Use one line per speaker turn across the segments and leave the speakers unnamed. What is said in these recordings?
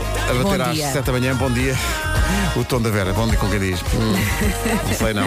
A bater
Bom
às
dia.
7 da manhã, bom dia. O tom da Vera, bom dia com quem diz. Hum, não sei não.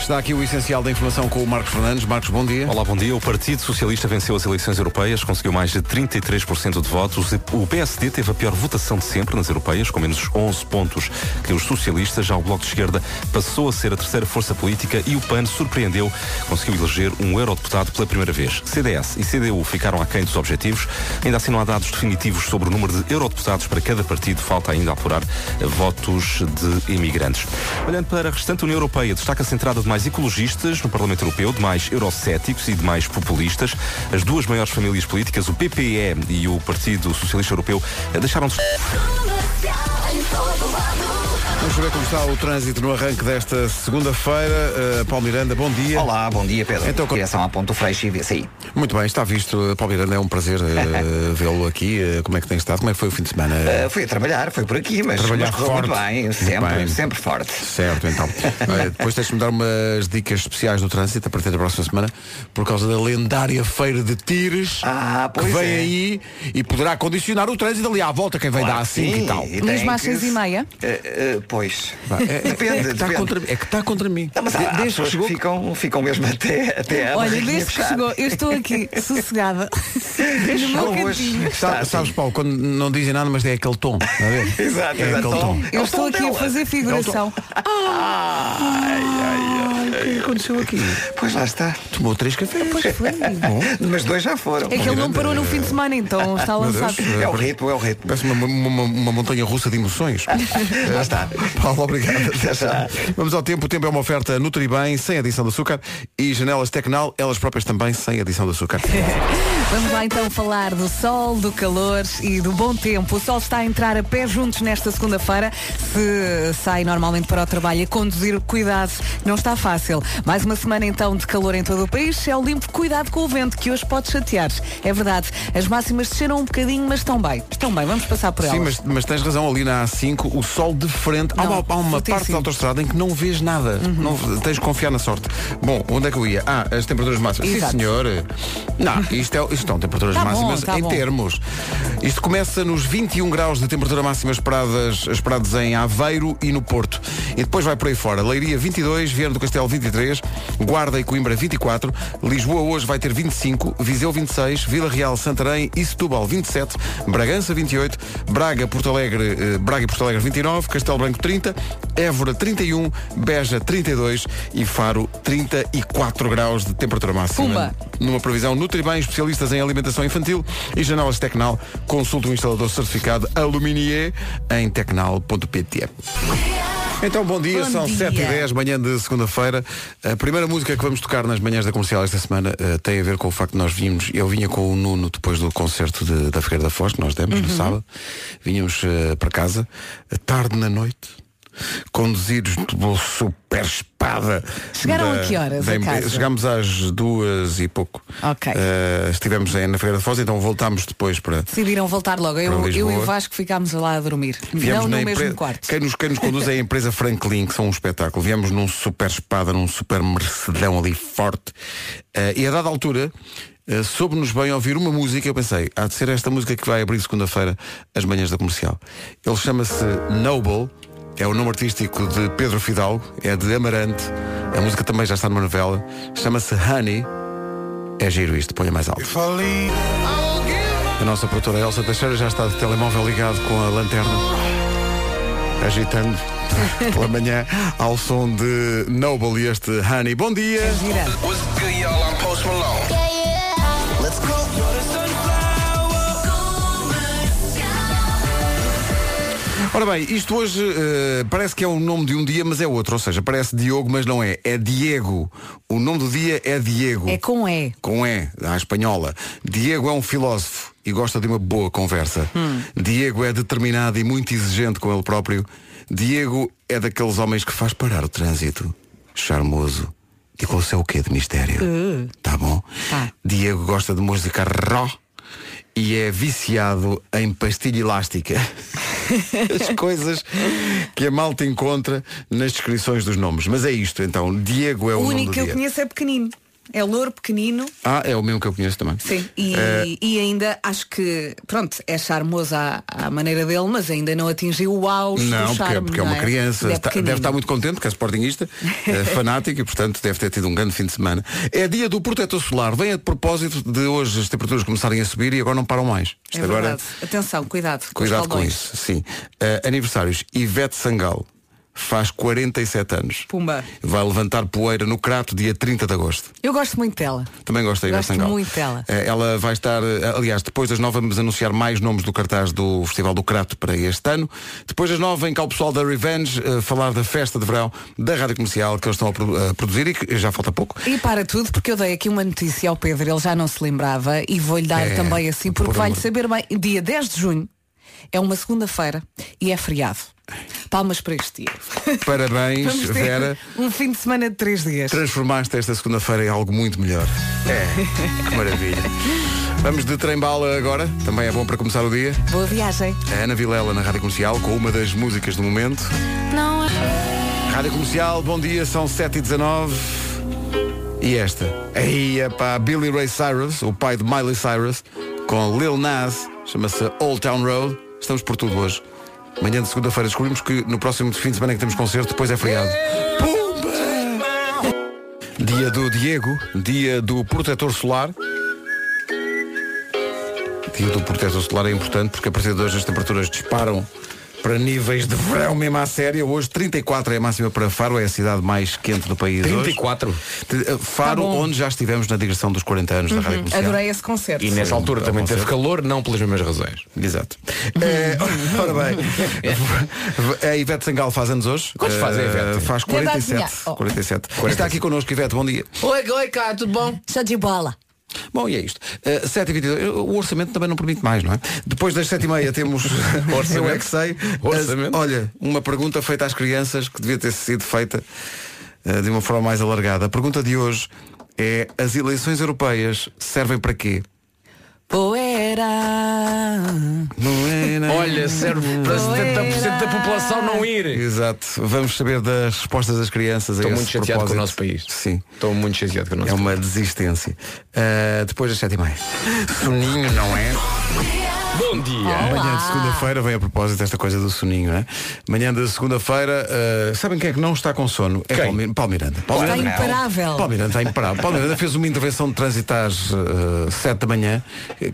Está aqui o essencial da informação com o Marcos Fernandes. Marcos, bom dia.
Olá, bom dia. O Partido Socialista venceu as eleições europeias, conseguiu mais de 33% de votos. O PSD teve a pior votação de sempre nas europeias, com menos 11 pontos que os socialistas. Já o Bloco de Esquerda passou a ser a terceira força política e o PAN surpreendeu, conseguiu eleger um eurodeputado pela primeira vez. CDS e CDU ficaram aquém dos objetivos. Ainda assim, não há dados definitivos sobre o número de eurodeputados para cada partido. Falta ainda apurar votos de imigrantes. Olhando para a restante União Europeia, destaca-se a entrada de mais ecologistas no Parlamento Europeu, de mais eurocéticos e de mais populistas. As duas maiores famílias políticas, o PPE e o Partido Socialista Europeu, eh, deixaram de
Vamos saber como está o trânsito no arranque desta segunda-feira. Uh, Paulo Miranda, bom dia.
Olá, bom dia Pedro.
Então,
Então,
com-
Direção a Ponto Freixo e VCI.
Muito bem, está visto. Uh, Paulo Miranda, é um prazer uh, vê-lo aqui. Uh, como é que tem estado? Como é que foi o fim de semana?
Ah, fui a trabalhar, foi por aqui, mas,
Trabalhar
mas correu muito
forte.
bem,
Muito
sempre,
bem.
sempre forte.
é Certo, então. Eh, depois tens-me dar umas dicas especiais do trânsito a partir da próxima semana, por causa da lendária feira de Tires,
Ah,
que
pois
vem
é.
aí e poderá condicionar o trânsito ali à volta, quem vem
Claro
dar
que
assim
sim,
e tal.
tem
Mesmo às
que-
seis e meia?
Ah, ah, pois.
Pá, é- é-
depende,
é que está
depende.
contra, é que está contra mim.
Não, mas há,
De-
há
desde que
pessoas
chegou.
que ficam, ficam mesmo até,
Ah,
até à
é
Olha,
barriguinha
desde que
fechar.
chegou, eu estou aqui sossegada. no meu
Chegou hoje.
cantinho.
Sa-
Está assim.
sabes, Paulo, quando não dizem nada, mas é aquele tom. está a ver?
Exato,
É
exato.
aquele tom.
É
Eu
o
estou
tom
aqui a
dela.
fazer figuração.
Ai, o que aconteceu aqui?
Pois lá está.
Tomou três cafés.
Pois foi.
Mas dois já foram.
É que ele não parou no fim de semana, então está
Meu
lançado.
Deus.
É o ritmo, é o ritmo.
Parece uma, uma- uma montanha russa de emoções.
Lá está.
Paulo, obrigado.
Até já.
Vamos ao tempo. O tempo é uma oferta Nutribem, sem adição de açúcar, e janelas Tecnal, elas próprias também sem adição de açúcar.
Vamos lá então falar do sol, do calor e do bom tempo. O sol está a entrar a pé juntos nesta segunda-feira. Se sai normalmente para o trabalho a conduzir, cuidado, não está fácil. Mais uma semana então de calor em todo o país. Céu limpo, cuidado com o vento, que hoje pode chatear. É verdade, as máximas desceram um bocadinho, mas estão bem. Estão bem, vamos passar por elas.
Sim, mas, mas tens razão, ali na A5, o sol de frente. Há
Não,
uma, há uma
fortíssimo. Uhum.
parte da autostrada em que não vês nada. Não, tens de confiar na sorte. Bom, onde é que eu ia? Ah, as temperaturas máximas.
Exato.
Sim, senhor. Não, isto, é, isto são temperaturas
Tá bom,
máximas
tá
em
bom.
termos. Isto começa nos 21 graus de temperatura máxima esperadas, esperados em Aveiro e no Porto. E depois vai por aí fora. Leiria 22, Viana do Castelo 23, Guarda e Coimbra 24, Lisboa hoje vai ter 25, Viseu 26, Vila Real, Santarém e Setúbal 27, Bragança 28, Braga, Porto Alegre, eh, Braga e Porto Alegre 29, Castelo Branco 30, Évora 31, Beja 32 e Faro 34 graus de temperatura máxima.
Pumba!
Numa previsão Nutribem, especialistas em alimentação infantil e janelas Tecnal, consulte um instalador certificado Aluminier em tecnal.pt. Então, bom dia,
Bom
são
dia.
7 e 10 manhã de segunda-feira. A primeira música que vamos tocar nas manhãs da comercial esta semana eh, tem a ver com o facto de nós vimos, eu vinha com o Nuno depois do concerto de- da Figueira da Foz, que nós demos
Uhum.
no sábado, vinhamos eh, para casa, eh, tarde na noite, conduzidos pela super espada.
Chegaram
da-
a que horas
da
a
MB.
casa?
Chegámos às duas e pouco.
Ok.
Eh, estivemos em- na Figueira da Foz, então voltámos depois para,
Decidiram voltar logo. Eu,
Para
eu e
Lisboa.
o Vasco ficámos lá a dormir.
Viemos
não
na
no mesmo
empresa-
quarto.
Quem nos, quem nos conduz é a empresa Franklin, que são um espetáculo. Viemos num super espada, num super mercedão ali forte. Eh, e a dada altura, eh, soube-nos bem ouvir uma música. Eu pensei, há de ser esta música que vai abrir segunda-feira as manhãs da comercial. Ele chama-se Noble. É o nome artístico de Pedro Fidalgo, é de Amarante. A música também já está numa novela. Chama-se Honey. É giro isto, ponha mais alto. A nossa produtora Elsa Teixeira já está de telemóvel ligado com a lanterna, agitando pela manhã ao som de Noble e este Honey. Bom dia!
Gira.
Ora bem, isto hoje eh, parece que é o nome de um dia, mas é outro. Ou seja, parece Diogo, mas não é. É Diego. O nome do dia é Diego.
É com E.
com E, à espanhola. Diego é um filósofo e gosta de uma boa conversa. Diego é determinado e muito exigente com ele próprio. Diego é daqueles homens que faz parar o trânsito. Charmoso. E com o seu quê de mistério? Tá bom?
Tá.
Diego gosta de música ró e é viciado em pastilha elástica. as coisas que a malta encontra nas descrições dos nomes. Mas é isto, então. Diego é o,
o
nome do
único que eu
dia.
conheço é pequenino. É louro pequenino.
Ah, é o mesmo que eu conheço também. Eh,
Sim. E, e ainda acho que, pronto, é charmoso à, à maneira dele, mas ainda não atingiu o auge
Não,
do
porque,
charme.
porque é
não
uma criança,
Ainda é
está-
pequenino.
deve estar muito contente, porque é sportinguista, é fanático e, portanto, deve ter tido um grande fim de semana. É dia do protetor solar. Vem a propósito de hoje as temperaturas começarem a subir e agora não param mais.
É
Isto agora,
verdade. Atenção, cuidado. com os
cuidado com
caldões.
isso. Sim. Ah, aniversários. Ivete Sangal faz 47 anos.
Pumba.
Vai levantar poeira no Crato dia 30 de agosto.
Eu gosto muito dela.
Também gosto da Ivete
Gosto
Sangalo.
muito dela.
Eh, Ela vai estar, eh, aliás, depois das nove vamos anunciar mais nomes do cartaz do Festival do Crato para este ano. Depois das nove vem cá o pessoal da Revenge eh, falar da festa de verão da Rádio Comercial que eles estão a, produ- a produzir e que já falta pouco.
E para tudo, porque eu dei aqui uma notícia ao Pedro, ele já não se lembrava, e vou-lhe dar
É,
também assim, porque
por
vai-lhe
amor.
saber bem. Dia 10 de junho é uma segunda-feira e é feriado. Palmas para este dia.
Parabéns,
Vamos ter
Vera.
um fim de semana de três dias.
Transformaste esta segunda-feira em algo muito melhor. É, que maravilha. Vamos de trem-bala agora, também é bom para começar o dia.
Boa viagem.
A Ana Vilela na Rádio Comercial com uma das músicas do momento. Rádio Comercial, bom dia, são 7h19. E esta? Aí é para Billy Ray Cyrus, o pai de Miley Cyrus, com Lil Nas, chama-se Old Town Road. Estamos por tudo hoje. Manhã de segunda-feira descobrimos que no próximo fim de semana em que temos concerto, depois é feriado. Pumba! Dia do Diego, dia do protetor solar. Dia do protetor solar é importante porque a partir de hoje as temperaturas disparam para níveis de verão mesmo à séria. Hoje 34 é a máxima para Faro, é a cidade mais quente do país. hoje.
34?
Te- eh, Faro,
Tá bom. Uhum.
onde já estivemos na digressão dos 40 anos da Rádio Comercial.
Adorei esse concerto.
E nessa
Sim,
altura
é um
também teve
concerto.
calor, não pelas mesmas razões.
Exato. Eh, ora bem, a Ivete Sangal faz anos hoje.
Quantos
Eh,
faz a Ivete?
Faz
Deve
47.
adivinhar. Oh.
47. E está aqui connosco, Ivete, bom dia.
Oi, oi, cá, tudo bom?
Só de bola.
Bom, e é isto. Eh, 7h22. O orçamento também não permite mais, não é? Depois das 7h30 temos.
Orçamento.
Eu é que sei.
Orçamento.
As- olha, uma pergunta feita às crianças que devia ter sido feita eh, de uma forma mais alargada. A pergunta de hoje é: as eleições europeias servem para quê?
Poeira.
Olha, serve para 70% da população não ir.
Exato. Vamos saber das respostas das crianças a
Estou
esse
muito chateado com o
propósito.
nosso país.
Sim.
Estou muito chateado com o nosso
É uma desistência. Ah, depois das sete e meia. Soninho, não é?
país. Bom dia!
Manhã de segunda-feira vem a propósito desta coisa do soninho, não é? Manhã de segunda-feira, ah, sabem quem é que não está com sono? É
Quem?
Palmi- Paulo Miranda. Paulo
Está
Miranda.
imparável.
Paulo Miranda está imparável. Paulo Miranda fez uma intervenção de trânsito às ah, sete da manhã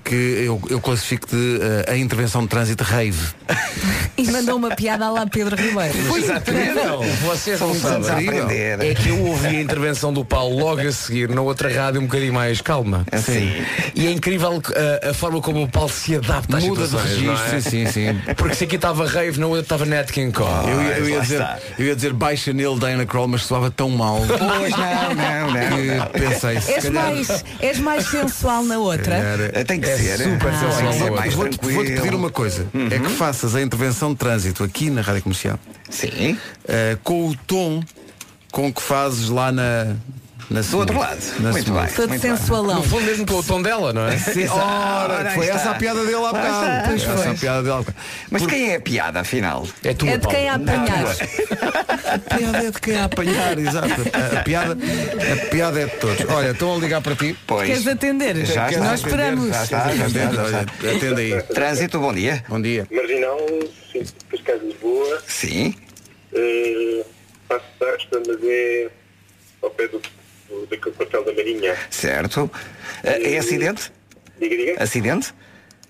que eu, eu classifico de ah, a intervenção de trânsito rave.
E mandou uma piada lá Pedro Ribeiro.
Não, vocês não
Estamos a
sabem.
incrível.
aprender.
É que eu ouvi a intervenção do Paulo logo a seguir na outra rádio um bocadinho mais calma.
assim.
Sim.
E é incrível a, a forma como o Paulo se adapta às
Muda de
situações, não
registro,
é?
sim, sim, sim.
Porque se aqui estava rave, na outra estava Nat King Cole.
Eu ia, eu ia
lá
dizer,
está.
eu ia dizer baixa nele Diana Kroll, mas soava tão mal
Pois não, não, não.
que pensei, se
És
calhar. É.
mais, és mais sensual na outra.
Era-
Tem que ser. Tem
super
que
é
sensual.
ser
Olha,
mais
Vou-te
tranquilo.
vou-te pedir uma coisa, é que faças a intervenção de trânsito aqui na Rádio Comercial
Sim.
eh, com o tom com que fazes lá na, na
Do outro lado.
Na
Muito
Smooth.
bem.
Todo
muito bem.
sensualão.
No fundo mesmo com o tom dela, não é?
Sim, ora,
Ora, aí
foi
está.
essa a piada dele há
Lá
bocado.
está.
Foi
Pois
essa a
foi.
piada dele há bocado.
Mas de quem é a piada, afinal?
É tu,
É de quem a
Paulo.
apanhar.
A piada é de quem a apanhar, exato. A, a piada, a piada é de todos. Olha, estão a ligar para ti.
Pois.
Queres atender?
Já está.
Nós esperamos.
Já está, já está,
Atende,
já
olha,
está.
atende aí.
Trânsito, bom dia.
Bom dia.
Marginal, sim, Pescais de Lisboa,
Sim.
eh, Passo de Arsta, mas é ao pé do, do, do quartel da Marinha.
Certo. É é acidente?
Diga, diga.
Acidente?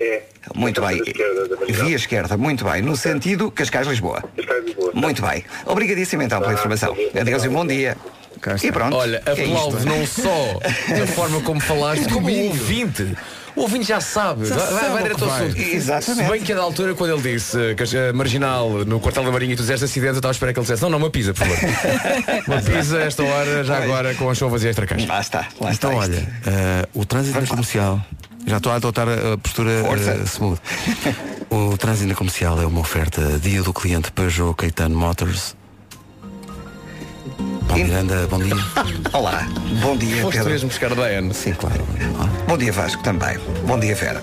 É.
Muito
Da
bem.
esquerda da Marginal.
Via esquerda, muito bem. No sentido Cascais-Lisboa.
Pescais de Lisboa. Ah,
Muito bem. Obrigadíssimo então pela informação. Adeus e bom dia.
Cá está.
E pronto.
Olha,
é
aplaudo
isto.
não só da forma como
É
falaste, como o ouvinte. O ouvinte já sabe, vai, vai,
sabe
vai direto
o que
ao
vai.
assunto.
Exatamente.
Se bem que a da altura, quando ele disse eh, que a marginal no quartel da Marinha e tu disseste acidente, eu estava a esperar que ele dissesse, não, não, uma pizza, por favor. uma pizza a esta hora, já
Olha.
agora, com as chuvas e extra caixa.
Lá está. Lá está.
Então,
isto.
olha, eh, o trânsito na comercial. Já estou a adotar a a postura
Força.
eh, smooth. O trânsito na comercial é uma oferta dia do cliente Peugeot Caetano Motors. Paulo Miranda, bom dia.
Olá, bom dia,
Foste
Pedro.
mesmo buscar ADN.
Sim, claro. Bom dia, Vasco, também. Bom dia, Vera.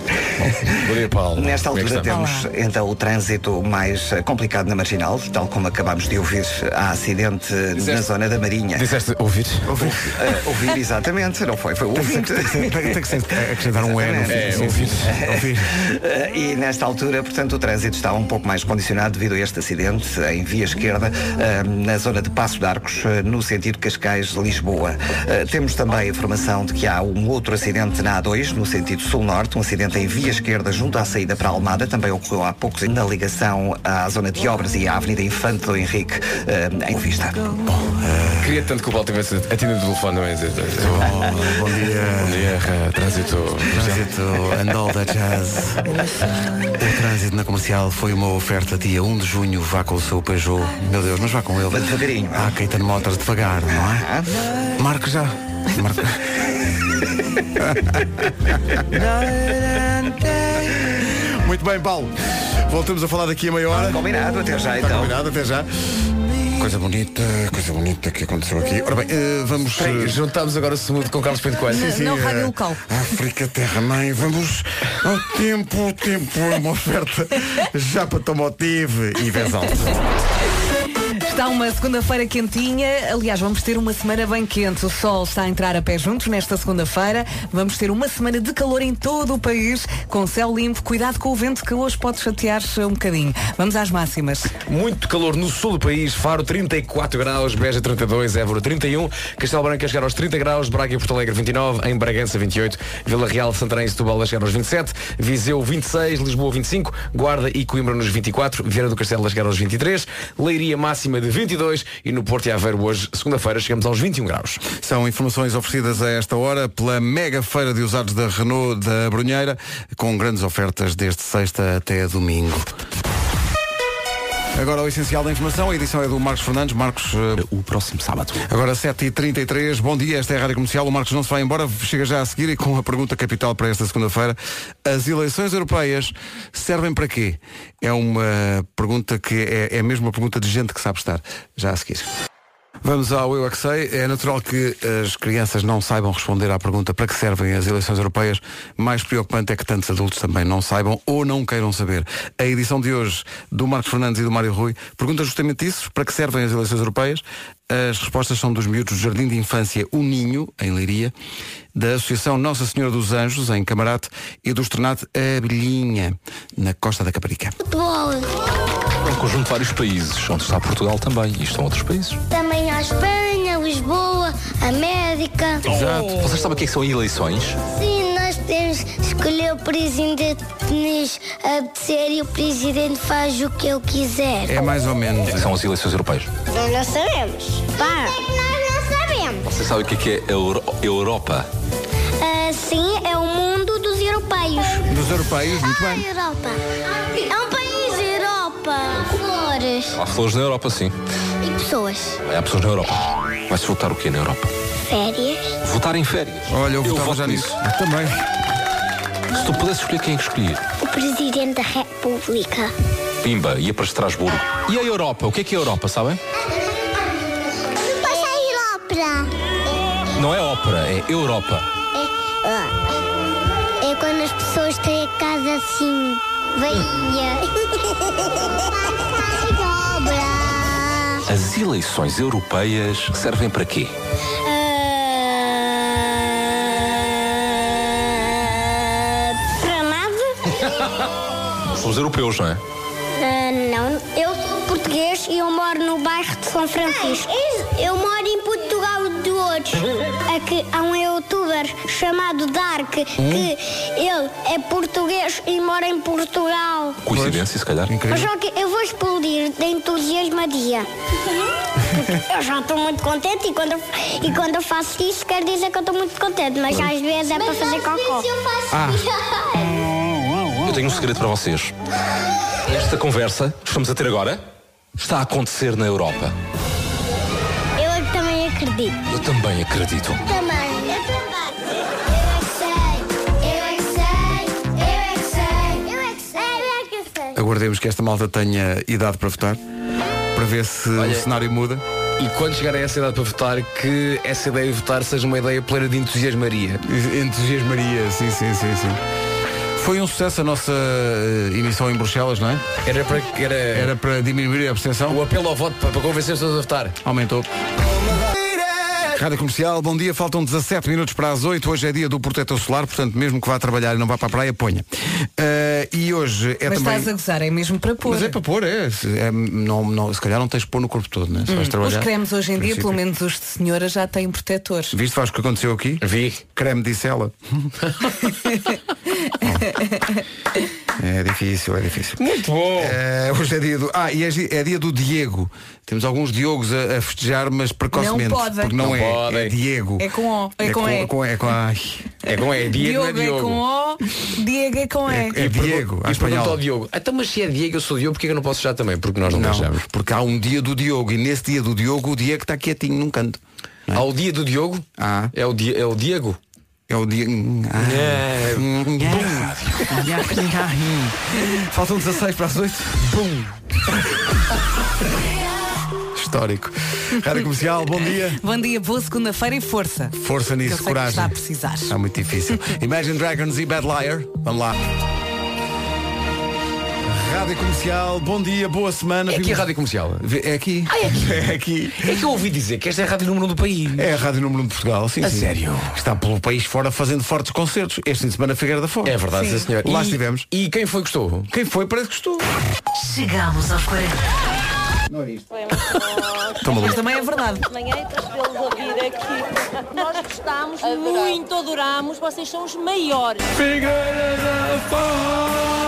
Bom dia, Paulo.
Nesta
Como é que
altura
estamos?
temos então o trânsito mais eh, complicado na Marginal, tal como acabámos de ouvir, há acidente eh, na
Disseste-
zona da Marinha.
Disseste ouvir?
Eh, ouvir exatamente, não foi? Foi o ouvinte.
Tem que ser- acrescentar um E no fim.
É,
sim, sim. Ouvir.
Eh, E nesta altura, portanto, o trânsito está um pouco mais condicionado devido a este acidente em via esquerda, eh, na zona de Passos de Arcos, eh, no sentido Cascais-Lisboa. Eh, Temos também a informação de que há um outro acidente na A2, no sentido sul-norte, um acidente em via esquerda junto à saída para Almada, também ocorreu há poucos na ligação à zona de Obras e à Avenida Infante do Henrique, eh, em vista.
eh,
Queria tanto que o Paulo tivesse atendido o telefone também. dizer,
Oh, bom
Bom
dia.
dia, eh, trânsito.
Trânsito and all that jazz. O trânsito na comercial foi uma oferta dia 1 de junho. Vá com o seu Peugeot. Meu Deus, mas vá com ele.
Mas devagarinho.
Ah, Caetano Motors devagar, não é?
Ah,
Marco já. Marco. Muito bem, Paulo. Voltamos a falar daqui a meia hora.
Tá
Tá
Combinado, até já então.
Combinado, até já. Coisa bonita, coisa bonita que aconteceu aqui. Ora bem, eh, vamos. eh,
Juntámos agora o smooth com Carlos Pinto Coelho.
Sim, sim. Não, rádio
eh,
local.
África, terra mãe, vamos ao tempo, o tempo é uma oferta já para Tomotive e vez alta.
Está uma segunda-feira quentinha, aliás, vamos ter uma semana bem quente. O sol está a entrar a pé juntos nesta segunda-feira. Vamos ter uma semana de calor em todo o país, com céu limpo. Cuidado com o vento que hoje pode chatear-se um bocadinho. Vamos às máximas.
Muito calor no sul do país, Faro 34 graus, Beja 32, Évora 31, Castelo Branco a chegar aos 30 graus, Braga e Porto Alegre 29, em Bragança 28, Vila Real, Santarém e Setúbal a chegar aos 27, Viseu 26, Lisboa 25, Guarda e Coimbra nos 24, Vieira do Castelo a chegar aos 23, Leiria máxima de 22 e no Porto e Aveiro hoje, segunda-feira, chegamos aos 21 graus.
São informações oferecidas a esta hora pela mega feira de usados da Renault da Brunheira, com grandes ofertas desde sexta até domingo. Agora o essencial da informação, a edição é do Marcos Fernandes. Marcos, eh,
O próximo sábado.
agora 7h33, bom dia, esta é a Rádio Comercial. O Marcos não se vai embora, chega já a seguir e com a pergunta capital para esta segunda-feira. As eleições europeias servem para quê? É uma pergunta que é, é mesmo uma pergunta de gente que sabe estar. Já a seguir. Vamos ao Eu é que Sei. É natural que as crianças não saibam responder à pergunta para que servem as eleições europeias. Mais preocupante é que tantos adultos também não saibam ou não queiram saber. A edição de hoje do Marcos Fernandes e do Mário Rui pergunta justamente isso, para que servem as eleições europeias. As respostas são dos miúdos do Jardim de Infância O Ninho, em Leiria, da Associação Nossa Senhora dos Anjos, em Camarate, e do Estrenado Abelhinha, na Costa da Caparica.
Futebol.
Um conjunto de vários países, onde está Portugal também, e estão outros países.
Também há Espanha, Lisboa, América.
Exato. Vocês sabem o que é que são eleições?
Sim, nós podemos escolher o presidente que nos apetecer e o presidente faz o que ele quiser.
É mais ou menos.
O que São as eleições europeias.
Nós não sabemos. Pá. É que nós não sabemos.
Vocês sabem o que é que é a Euro- Europa?
sim, é o mundo dos europeus.
Dos europeus, muito bem.
Europa. É um país Europa. Flores.
Há flores na Europa, sim.
E pessoas.
Há pessoas na Europa. Vai-se votar o quê na Europa?
Férias.
Votar em férias.
Olha, eu votava
voto
já nisso.
nisso.
Também.
Se tu pudesses escolher quem é que escolher,
O presidente da República.
Pimba, ia para Estrasburgo. E a Europa? O que é que é a Europa, sabem?
Depois a Europa.
Não é ópera, é Europa.
ah, É quando as pessoas têm a casa assim, veinha. Cobra.
As eleições europeias servem para quê?
Para nada?
Somos europeus, não é?
Ah, não, eu sou português e eu moro no bairro de São Francisco. eu moro em Portugal de hoje. Aqui há um youtuber chamado Dark que ele é português e mora em Portugal.
Coincidência, se calhar.
Mas
Incrível.
só que eu vou explodir de entusiasmadia. Porque eu já estou muito contente e quando, eu, e quando eu faço isso quer dizer que eu estou muito contente, mas às vezes é para fazer cocó.
Ah. Eu tenho um segredo para vocês. Esta conversa que estamos a ter agora está a acontecer na Europa.
Eu é também acredito.
Eu também acredito.
Também. Eu também. Eu é que sei. Eu é que sei. Eu é que sei. Eu é que sei. Eu é que sei.
Aguardemos que esta malta tenha idade para votar, para ver se o cenário muda.
e quando chegar a essa idade para votar, que essa ideia de votar seja uma ideia plena de entusiasmaria.
Entusiasmaria, sim, sim, sim, sim. Foi um sucesso a nossa eh, emissão em Bruxelas, não é?
Era para que era,
Era para diminuir a abstenção.
o apelo ao voto para, para convencer as pessoas a votar.
Aumentou. Rádio Comercial, bom dia. Faltam 17 minutos para as 8. Hoje é dia do protetor solar, portanto, mesmo que vá trabalhar e não vá para a praia, ponha. Eh, e hoje é
Mas
também.
estás a gozar, é mesmo para pôr.
Mas é para pôr, é. Se- é, não, não, se calhar não tens de pôr no corpo todo, né? Se vais
Hum, Os
trabalhar.
cremes hoje em dia,
princípio.
pelo menos os de senhora, já têm protetores.
Viste, faz o que aconteceu aqui?
Vi.
Creme disse ela. é difícil, é difícil.
Muito bom!
Eh, hoje é dia do. Ah, e é, gi- é dia do Diego. Temos alguns Diogos a, a festejar, mas precocemente.
Não podem.
Porque não,
Não
é.
podem.
É Diego.
É com O, é com E.
com, é com a- ai.
É com E, Diego, não é
Diogo, é
Diogo.
com O, Diego é com E.
É Diego, à
E pergunto ao
espanhola.
Diogo, então mas se é Diego, eu sou Diogo, porque é que eu não posso já também? Porque nós não,
Não,
deixamos.
porque há um dia do Diogo e nesse dia do Diogo o Diego está quietinho num canto. é?
Há o dia do Diogo?
Ah.
É o, Di- é o Diego?
É o dia.
É.
Faltam 16 para as 8. Bum! Histórico. Rádio Comercial, bom dia.
Bom dia, boa segunda-feira e força.
Força
que eu
nisso,
sei que
coragem.
está a precisar.
Está muito difícil. Imagine Dragons e Bad Liar. Vamos lá. Rádio Comercial, bom dia, boa semana.
É aqui a
Vimos-
rádio comercial.
É aqui.
é aqui.
É aqui.
É que eu ouvi dizer que esta é a rádio número um do país.
É a Rádio Número 1 de Portugal, sim,
A
sim.
sério?
Está pelo país fora fazendo fortes concertos. Este fim de semana Figueira da Foz.
É verdade, sim, senhor.
Lá
E-
estivemos.
E quem foi que gostou?
Quem foi parece que gostou.
Chegámos aos 40.
Toma
Mas também é verdade.
Amanhã é para vê-los a vir aqui. Nós gostámos muito, adorámos, vocês são os maiores.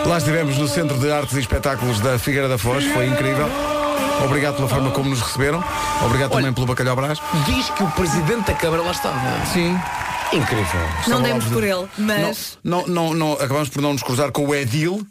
Lá estivemos no Centro de Artes e Espetáculos da Figueira da Foz, foi incrível. Obrigado pela forma como nos receberam. Obrigado também pelo bacalhau Brás.
Diz que o presidente da Câmara lá estava.
Sim.
Incrível.
Não
lá
demos
os-
por ele, mas
Não, não, não, acabamos por não nos cruzar com o Edil.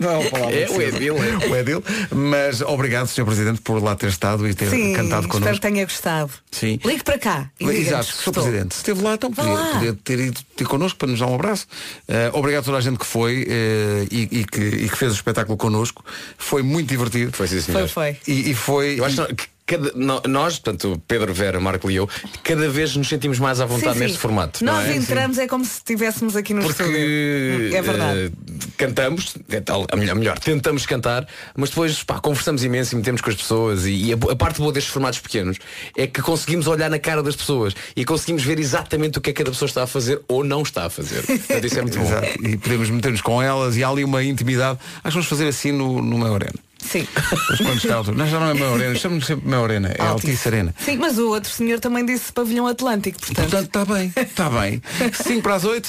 Não é uma palavra.
É o Edil, é.
O Edil. Mas obrigado, Sr. Presidente, por lá ter estado e ter
sim,
cantado
espero
connosco.
que tenha gostado.
Sim.
Ligue para cá. E
Exato,
diga-nos que
Sr.
gostou.
Presidente, se esteve lá, então
Vá
podia,
lá.
podia ter ido ter connosco para nos dar um abraço. Eh, obrigado a toda a gente que foi eh, e, e que, e que fez o espetáculo connosco. Foi muito divertido.
Foi sim, senhor.
Foi, foi.
E, e foi.
Eu acho que cada- no- nós, portanto, Pedro Vera, Marco e eu, cada vez nos sentimos mais à vontade
Sim, sim.
neste formato. não
Nós
é?
entramos, é como se estivéssemos aqui no
Porque
estúdio. É verdade.
eh, cantamos, é tal- a melhor, melhor, tentamos cantar, mas depois pá, conversamos imenso e metemos com as pessoas e, e a, bo- a parte boa destes formatos pequenos é que conseguimos olhar na cara das pessoas e conseguimos ver exatamente o que é que cada pessoa está a fazer ou não está a fazer. Portanto, isso é muito bom.
Exato. E podemos meter-nos com elas e há ali uma intimidade. Acho que vamos fazer assim no, no Maior Arena.
Sim.
Mas quando está alto- Não, já não é Maior Arena, chamamos sempre Maior Arena, é Altice Arena.
Sim, mas o outro senhor também disse pavilhão atlântico, portanto.
Portanto, está bem, está bem. 5 para as 8.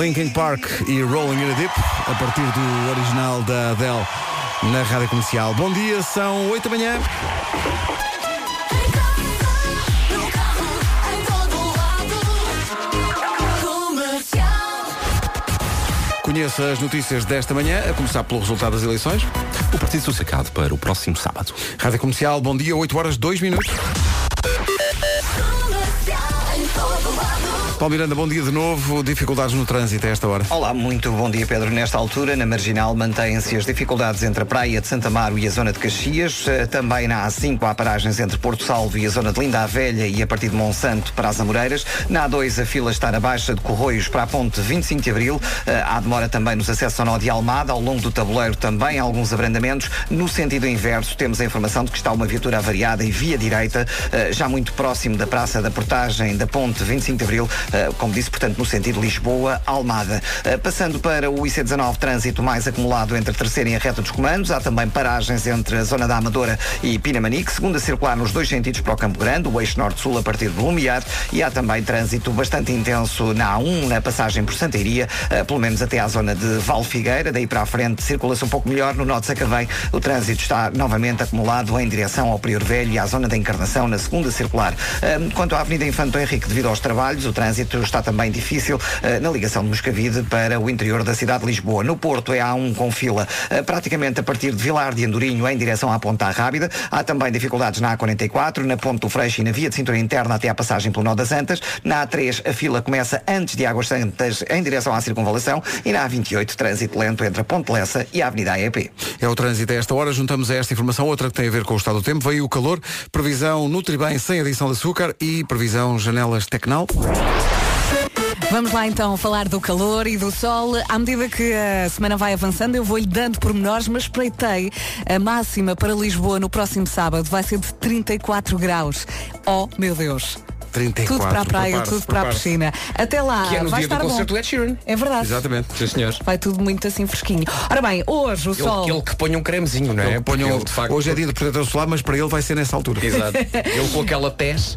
Linkin Park e Rolling in a Deep, a partir do original da Adele na rádio comercial. Bom dia, são 8 da manhã. Conheça as notícias desta manhã, a começar pelo resultado das eleições.
O Partido Sossegado para o próximo sábado.
Rádio Comercial, bom dia, 8 horas 2 minutos. Paulo Miranda, bom dia de novo. Dificuldades no trânsito a esta hora.
Olá, muito bom dia, Pedro. Nesta altura, na Marginal, mantêm-se as dificuldades entre a Praia de Santa Maro e a Zona de Caxias. Eh, Também na A5 há paragens entre Porto Salvo e a Zona de Linda a Velha e a partir de Monsanto para as Amoreiras. Na A2 a fila está na Baixa de Corroios para a Ponte 25 de Abril. Eh, Há demora também nos acessos ao Nó de Almada. Ao longo do tabuleiro também há alguns abrandamentos. No sentido inverso, temos a informação de que está uma viatura avariada e via direita, eh, já muito próximo da Praça da Portagem da Ponte 25 de Abril, eh, como disse, portanto, no sentido Lisboa-Almada. Eh, Passando para o IC19, trânsito mais acumulado entre a terceira e a reta dos comandos. Há também paragens entre a Zona da Amadora e Pinamanique. Segunda circular nos dois sentidos para o Campo Grande, o eixo norte-sul a partir do Lumiar. E há também trânsito bastante intenso na A1, na passagem por Santa Iria, eh, pelo menos até à zona de Val Figueira. Daí para a frente circula-se um pouco melhor. No Norte Sacavém, o trânsito está novamente acumulado em direção ao Prior Velho e à zona da Encarnação na segunda segunda circular. Ahm, Quanto à Avenida Infanto Henrique, devido aos trabalhos, o trânsito está também difícil ah, na ligação de Moscavide para o interior da cidade de Lisboa. No Porto é A1 com fila, ah, praticamente a partir de Vilar de Andorinho em direção à Ponta Rábida. Há também dificuldades na A44, na Ponte do Freixo e na via de cintura interna até à passagem pelo Nó das Antas. Na A3, a fila começa antes de Águas Santas em direção à circunvalação. E na A28, trânsito lento entre a Ponte Lessa e a Avenida AEP.
É o trânsito a esta hora. Juntamos a esta informação outra que tem a ver com o estado do tempo. Veio o calor, previsão Nutribem sem adição de açúcar e previsão janelas Tecnal.
Vamos lá então falar do calor e do sol. À medida que a semana vai avançando, eu vou-lhe dando pormenores, mas espreitei a máxima para Lisboa no próximo sábado. Vai ser de 34 graus. Oh, meu Deus.
34.
Tudo para a praia,
Prepare-se,
tudo para a
prepare-se.
piscina. Até lá,
Que é no
vai
dia do
estar bom.
concerto do Ed Sheeran.
É verdade.
Exatamente.
Sim, senhores.
Vai tudo muito assim fresquinho. Ora bem, hoje o
Ele,
sol.
ele que ponha um cremezinho, não é?
Ele ponha
Porque
um-
ele, de facto,
Hoje é dia de protetor solar, mas para ele vai ser nessa altura.
Exato. Ele com aquela tese.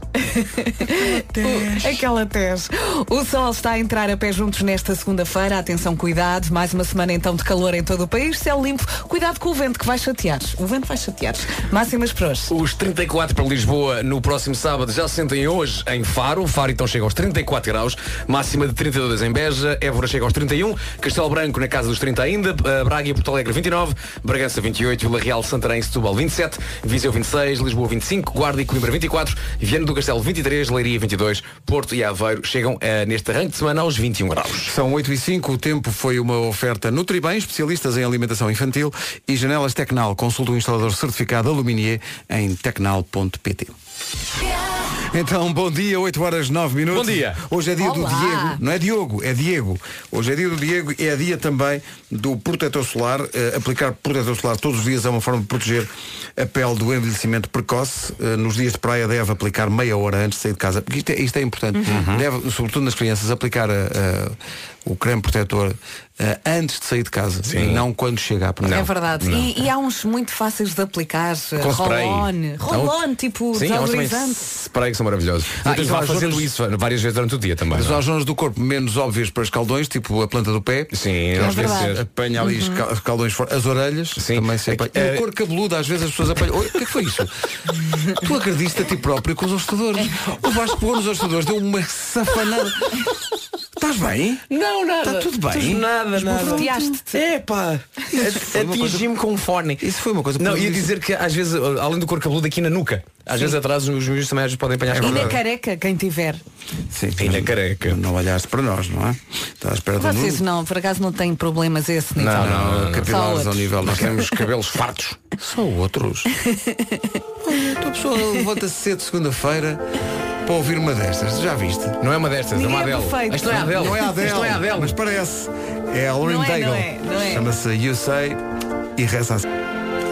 O- Aquela tese. O sol está a entrar a pé juntos nesta segunda-feira. Atenção, cuidado. Mais uma semana então de calor em todo o país. Céu limpo. Cuidado com o vento que vai chatear. O vento vai chatear. Máximas para hoje.
Os 34 para Lisboa no próximo sábado já se sentem hoje em Faro. Faro então chega aos 34 graus, máxima de 32 em Beja, Évora chega aos 31, Castelo Branco na casa dos 30 ainda, eh, Braga e Porto Alegre 29, Bragança 28, Vila Real, Santarém, e Setúbal 27, Viseu 26, Lisboa 25, Guarda e Coimbra 24, Viana do Castelo 23, Leiria 22, Porto e Aveiro chegam eh, neste arranque de semana aos 21 graus.
São 8 e 5, o tempo foi uma oferta Nutribem, especialistas em alimentação infantil e janelas Tecnal. Consulta o instalador certificado Aluminier em tecnal.pt. Então, bom dia, 8 horas 9 minutos.
Bom dia.
Hoje é dia do
Olá.
Diego. Não é Diogo, é Diego. Hoje é dia do Diego e é dia também do protetor solar. Eh, aplicar protetor solar todos os dias é uma forma de proteger a pele do envelhecimento precoce. Eh, nos dias de praia deve aplicar meia hora antes de sair de casa. Porque isto é, isto é importante.
Uhum.
Deve, sobretudo nas crianças, aplicar a- a- o creme protetor eh, antes de sair de casa. E não quando chega à praia.
é verdade. E, e há uns muito fáceis de aplicar.
spray.
Roll-on. Roll-on,
Não.
tipo
Sim, é há uns também
desodorizante.
spray que são maravilhosos. Ah, e
atenção
vá
às
fazendo
outras-
isso várias vezes durante o dia também.
Mas
não é?
há zonas do corpo menos óbvias para escaldões, tipo a planta do pé.
Sim,
É
não
verdade.
esquecer.
apanha ali esca- escaldões fora. As orelhas
Sim.
também se
É
apanha.
que-
E a cor cabeluda, às vezes as pessoas apanham. Oi, o que é que foi isso? tu acreditas a ti próprio com os ostadores. O Vasco pegou nos ostadores, deu uma safanada. Estás bem?
Não, nada.
Está Tá tudo bem?
nada, nada.
Esbofeteaste-te.
É pá.
foi uma coisa-
Atingi-me com um fone.
Isso foi uma coisa
Não, ia
perdiz-
dizer que às vezes, além do cor cabeludo aqui na nuca, às vezes atrás os miúdos também às vezes podem
é
apanhar as
E na
coisas.
careca, quem tiver.
Sim,
E na é careca.
Não olhaste para nós, não é? Estás à espera de um-
Vocês não, por acaso não têm problemas a esse nível.
Não, não, não,
Só
capilares
outros.
ao nível. Nós temos
cabelos fartos.
Só outros. Olha, a tua pessoa levanta-se cedo segunda-feira para ouvir uma destas. Já viste?
Não é uma destas, é
Ninguém
uma
é
Adele.
perfeito.
Isto não é a Adele.
Não é a Adele,
Isto não é a Adele.
mas parece. É a Lauren
Não é,
Daigle.
não é, não é.
Chama-se You Say e reza assim.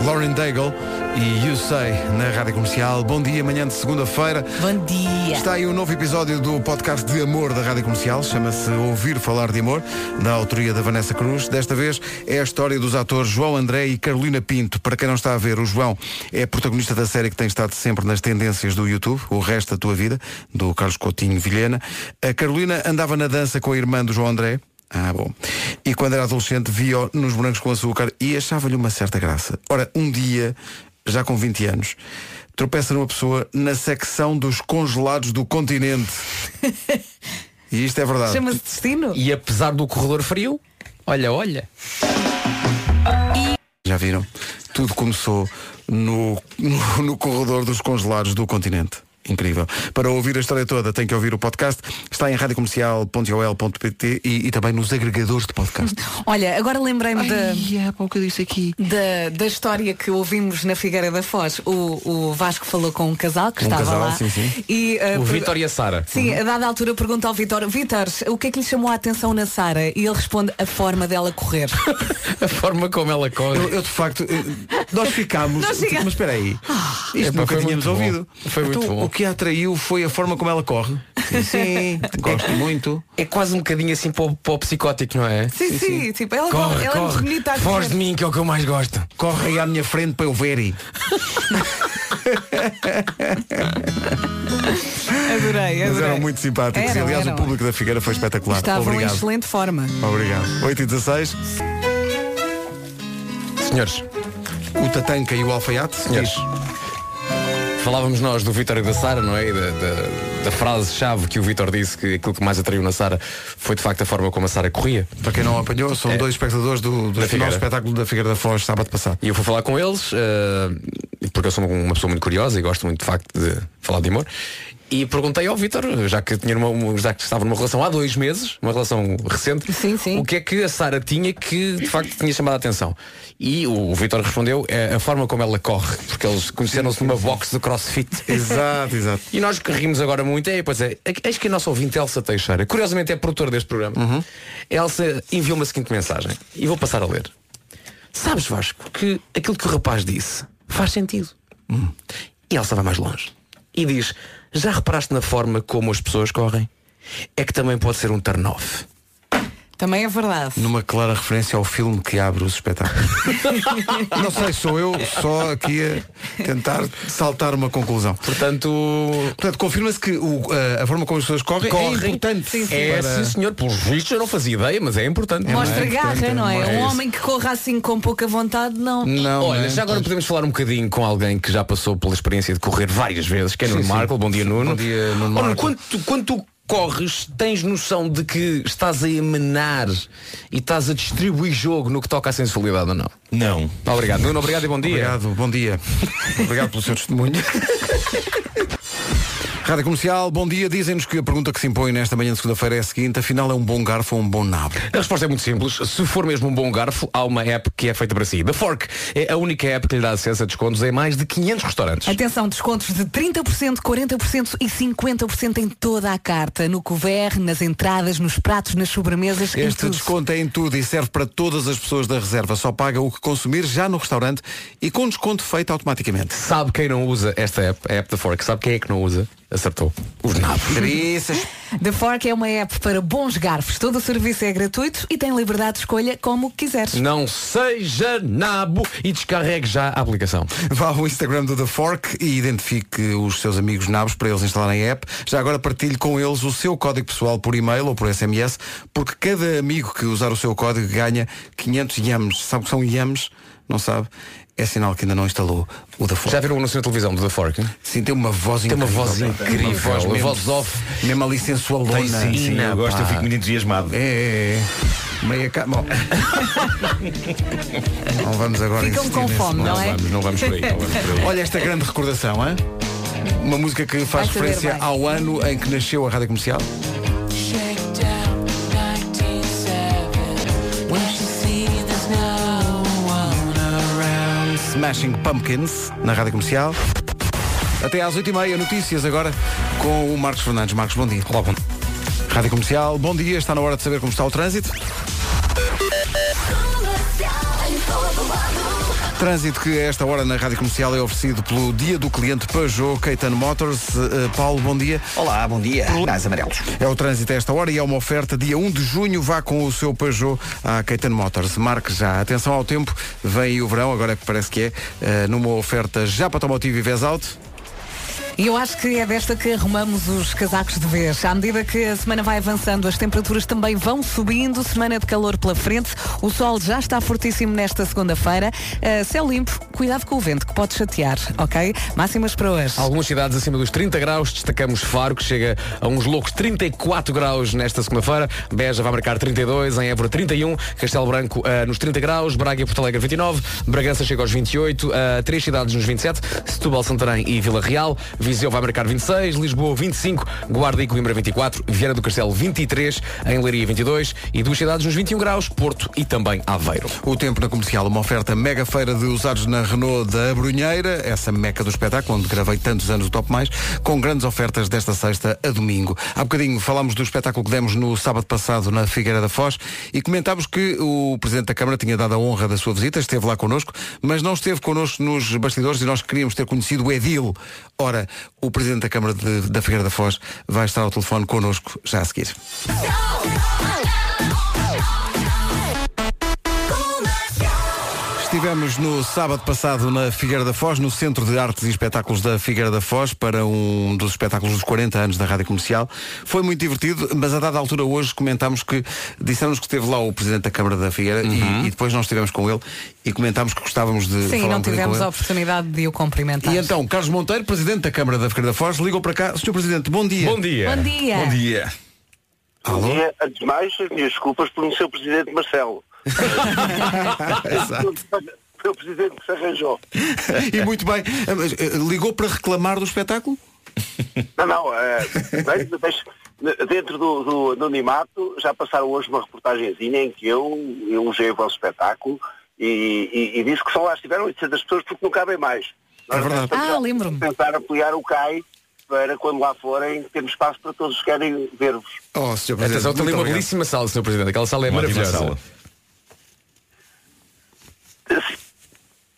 Lauren Daigle e You Say na Rádio Comercial. Bom dia, manhã de segunda-feira.
Bom dia.
Está aí um novo episódio do podcast de amor da Rádio Comercial, chama-se Ouvir Falar de Amor, da autoria da Vanessa Cruz. Desta vez é a história dos atores João André e Carolina Pinto. Para quem não está a ver, o João é protagonista da série que tem estado sempre nas tendências do YouTube, O Resto da Tua Vida, do Carlos Coutinho Vilhena. A Carolina andava na dança com a irmã do João André. Ah, bom. E quando era adolescente, via-o nos Brancos com Açúcar e achava-lhe uma certa graça. Ora, um dia, já com 20 anos, tropeça numa pessoa na secção dos congelados do continente. E isto é verdade.
Chama-se destino?
E apesar do corredor frio, olha, olha.
Já viram? Tudo começou no, no, no corredor dos congelados do continente. Incrível. Para ouvir a história toda, tem que ouvir o podcast. Está em radiocomercial.ol.pt e, e também nos agregadores de podcast.
Olha, agora lembrei-me da.
é, pá, o que eu disse aqui.
Da, da história que ouvimos na Figueira da Foz, o, o Vasco falou com um casal que
Um
estava
casal,
lá.
sim, sim.
E, ah,
O
per-
Vitor e a Sara.
Sim, a dada altura pergunta ao Vitor, Vitor, o que é que lhe chamou a atenção na Sara? E ele responde a forma dela correr.
A forma como ela
Eu,
corre.
eu, de facto, eh, nós ficámos.
Nós Ah. ficámos.
Mas espera aí. Isto
Epá,
nunca
foi
tínhamos
muito bom.
ouvido.
Foi muito
Então,
bom.
O que a atraiu foi a forma como ela corre. Sim, sim. gosto muito.
É quase um bocadinho assim para o, para o psicótico, não é?
Sim, sim, tipo, ela, corre, ela é muito bonita a
Foge
correr.
de mim, que é o que eu mais gosto.
Corre aí à minha frente para eu ver. e-
Adorei,
Mas
adorei.
eram muito simpáticos.
Eram,
e, aliás,
eram.
o público da Figueira foi espetacular.
Estavam
Obrigado.
em excelente forma.
Obrigado. 8 e 16
Senhores,
o Tatanca e o Alfaiate.
senhores. Falávamos nós do Vitor e da Sara, não é? E da, da- da frase-chave que o Vitor disse que aquilo que mais atraiu na Sara foi de facto a forma como a Sara corria.
Para quem não apanhou, são dois espectadores do, do
É. Da
final
Figueira.
do espetáculo da Figueira da Foz, sábado passado.
E eu fui falar com eles, eh, porque eu sou uma pessoa muito curiosa e gosto muito de facto de falar de amor. E perguntei ao Vítor, já que tinha uma- uma- já que estava numa relação há dois meses, uma relação recente,
Sim, sim.
o que é que a Sara tinha que de facto tinha chamado a atenção. E o, o Vítor respondeu é a forma como ela corre, porque eles conheceram-se numa box do CrossFit.
Exato, exato.
E nós que rimos agora muito, é, pois é, eis que a nossa ouvinte Elsa Teixeira, curiosamente é produtora deste programa,
Uhum.
Elsa enviou-me a seguinte mensagem, e vou passar a ler. Sabes, Vasco, que aquilo que o rapaz disse faz sentido. E Elsa vai mais longe. E diz, já reparaste na forma como as pessoas correm? É que também pode ser um turn-off.
Também é verdade.
Numa clara referência ao filme que abre os espetáculos. não sei, sou eu só aqui a tentar saltar uma conclusão.
Portanto,
Portanto, confirma-se que o- a- a forma como as pessoas correm, é
correm.
importante.
É,
para-
sim, senhor. Pelos vistos, eu não fazia ideia, mas é importante.
Mostra
é?
garra,
Portanto,
não é?
é
Um
isso.
homem que corra assim com pouca vontade, não.
Não,
Olha,
né?
já agora podemos falar um bocadinho com alguém que já passou pela experiência de correr várias vezes, que é Nuno
sim.
Marco. Bom dia, Nuno.
Bom dia, Nuno
Ó,
Marco.
quando, tu, quando tu corres, tens noção de que estás a emanar e estás a distribuir jogo no que toca à sensualidade ou não?
Não.
Obrigado, Nuno. Obrigado e bom dia.
Obrigado, bom dia. Obrigado pelo seu testemunho. Rádio Comercial, bom dia. Dizem-nos que a pergunta que se impõe nesta manhã de segunda-feira é a seguinte. Afinal, é um bom garfo ou um bom nabo?
A resposta é muito simples. Se for mesmo um bom garfo, há uma app que é feita para si. The Fork é a única app que lhe dá acesso a descontos em mais de 500 restaurantes.
Atenção, descontos de 30%, 40% e 50% em toda a carta. No couvert, nas entradas, nos pratos, nas sobremesas, em
Este
tudo.
desconto é em tudo e serve para todas as pessoas da reserva. Só paga o que consumir já no restaurante e com desconto feito automaticamente.
Sabe quem não usa esta app, a app da Fork? Sabe quem é que não usa? Acertou. Os nabos.
Cabeças.
The Fork é uma app para bons garfos. Todo o serviço é gratuito e tem liberdade de escolha como quiseres.
Não seja nabo e descarregue já a aplicação.
Vá ao Instagram do The Fork e identifique os seus amigos nabos para eles instalarem a app. Já agora partilhe com eles o seu código pessoal por e-mail ou por SMS, porque cada amigo que usar o seu código ganha 500 yams. Sabe o que são yams? Não sabe? É sinal que ainda não instalou o The Fork.
Já viram o anúncio na televisão do The Fork? hein?
Sim, tem uma voz
Tem uma
incrível.
voz incrível, uma
mesmo-
voz off.
Mesmo ali sensualona.
Tem sim, sim,
Ina,
eu gosto, eu
pá.
fico muito entusiasmado.
É, é, é. Meia cá. Bom. não vamos agora
Ficam
insistir
com
nesse-
fome, não é?
Vamos, não vamos por aí. Não vamos por aí.
Olha esta grande recordação, hein? Uma música que
Vai
faz
saber
referência
bem.
ao ano em que nasceu a rádio comercial. Smashing Pumpkins na rádio comercial. Até às 8h30, notícias agora com o Marcos Fernandes. Marcos, bom dia. Olá, bom dia. Rádio Comercial, bom dia. Está na hora de saber como está o trânsito. Trânsito que a esta hora na Rádio Comercial é oferecido pelo Dia do Cliente Peugeot Caetano Motors. Eh, Paulo, bom dia.
Olá, bom dia. Nas amarelos.
É o trânsito a esta hora e é uma oferta dia 1 de junho. Vá com o seu Peugeot à Caetano Motors. Marque já. Atenção ao tempo. Vem aí o verão, agora é que parece que é. eh, numa oferta já para Automotivo e Vez Alto.
E eu acho que é desta que arrumamos os casacos de vez. À medida que a semana vai avançando, as temperaturas também vão subindo, semana de calor pela frente, o sol já está fortíssimo nesta segunda-feira. Eh, céu limpo, cuidado com o vento, que pode chatear, ok? Máximas para hoje.
Algumas cidades acima dos 30 graus, destacamos Faro, que chega a uns loucos 34 graus nesta segunda-feira. Beja vai marcar 32, em Évora 31, Castelo Branco ah, nos 30 graus, Braga e Porto Alegre 29, Bragança chega aos 28, ah, três cidades nos 27, Setúbal, Santarém e Vila Real, Viseu vai marcar 26, Lisboa 25, Guarda e Coimbra 24, Vieira do Castelo 23, em Leiria 22 e duas cidades nos 21 graus, Porto e também Aveiro.
O tempo na comercial, uma oferta mega feira de usados na Renault da Brunheira, essa meca do espetáculo, onde gravei tantos anos o Top Mais, com grandes ofertas desta sexta a domingo. Há bocadinho falámos do espetáculo que demos no sábado passado na Figueira da Foz e comentámos que o Presidente da Câmara tinha dado a honra da sua visita, esteve lá connosco, mas não esteve connosco nos bastidores e nós queríamos ter conhecido o Edil. Ora, o Presidente da Câmara de- da Figueira da Foz vai estar ao telefone connosco já a seguir. Estive Estivemos no sábado passado na Figueira da Foz, no Centro de Artes e Espetáculos da Figueira da Foz, para um dos espetáculos dos 40 anos da Rádio Comercial. Foi muito divertido, mas a dada altura hoje comentámos que, dissemos que esteve lá o Presidente da Câmara da Figueira e- e, depois nós estivemos com ele e comentámos que gostávamos de falar
Sim, não
um bocadinho com
tivemos
ele.
a oportunidade de o cumprimentar.
E então, Carlos Monteiro, Presidente da Câmara da Figueira da Foz, ligou para cá. Senhor Presidente, bom dia.
Bom dia.
Bom dia. Bom
dia.
Bom dia, antes de mais, as minhas desculpas pelo seu presidente Marcelo.
Exato.
Foi o presidente que se arranjou.
e muito bem. Ah, mas, ah, Ligou para reclamar do espetáculo?
Não, não, eh, bem, mas, dentro do, do anonimato já passaram hoje uma reportagenzinha em que eu elogiei o vosso espetáculo e, e- e disse que só lá estiveram 800 pessoas porque não cabem mais. Nós estamos
Ah, lembro-me.
a tentar apoiar o CAI para quando lá forem termos espaço para todos que querem ver-vos.
Oh, Sr.
Presidente, Atenção, tem ali uma belíssima sala, Sr. Presidente. Aquela sala é
Uma ótima
maravilhosa.
sala.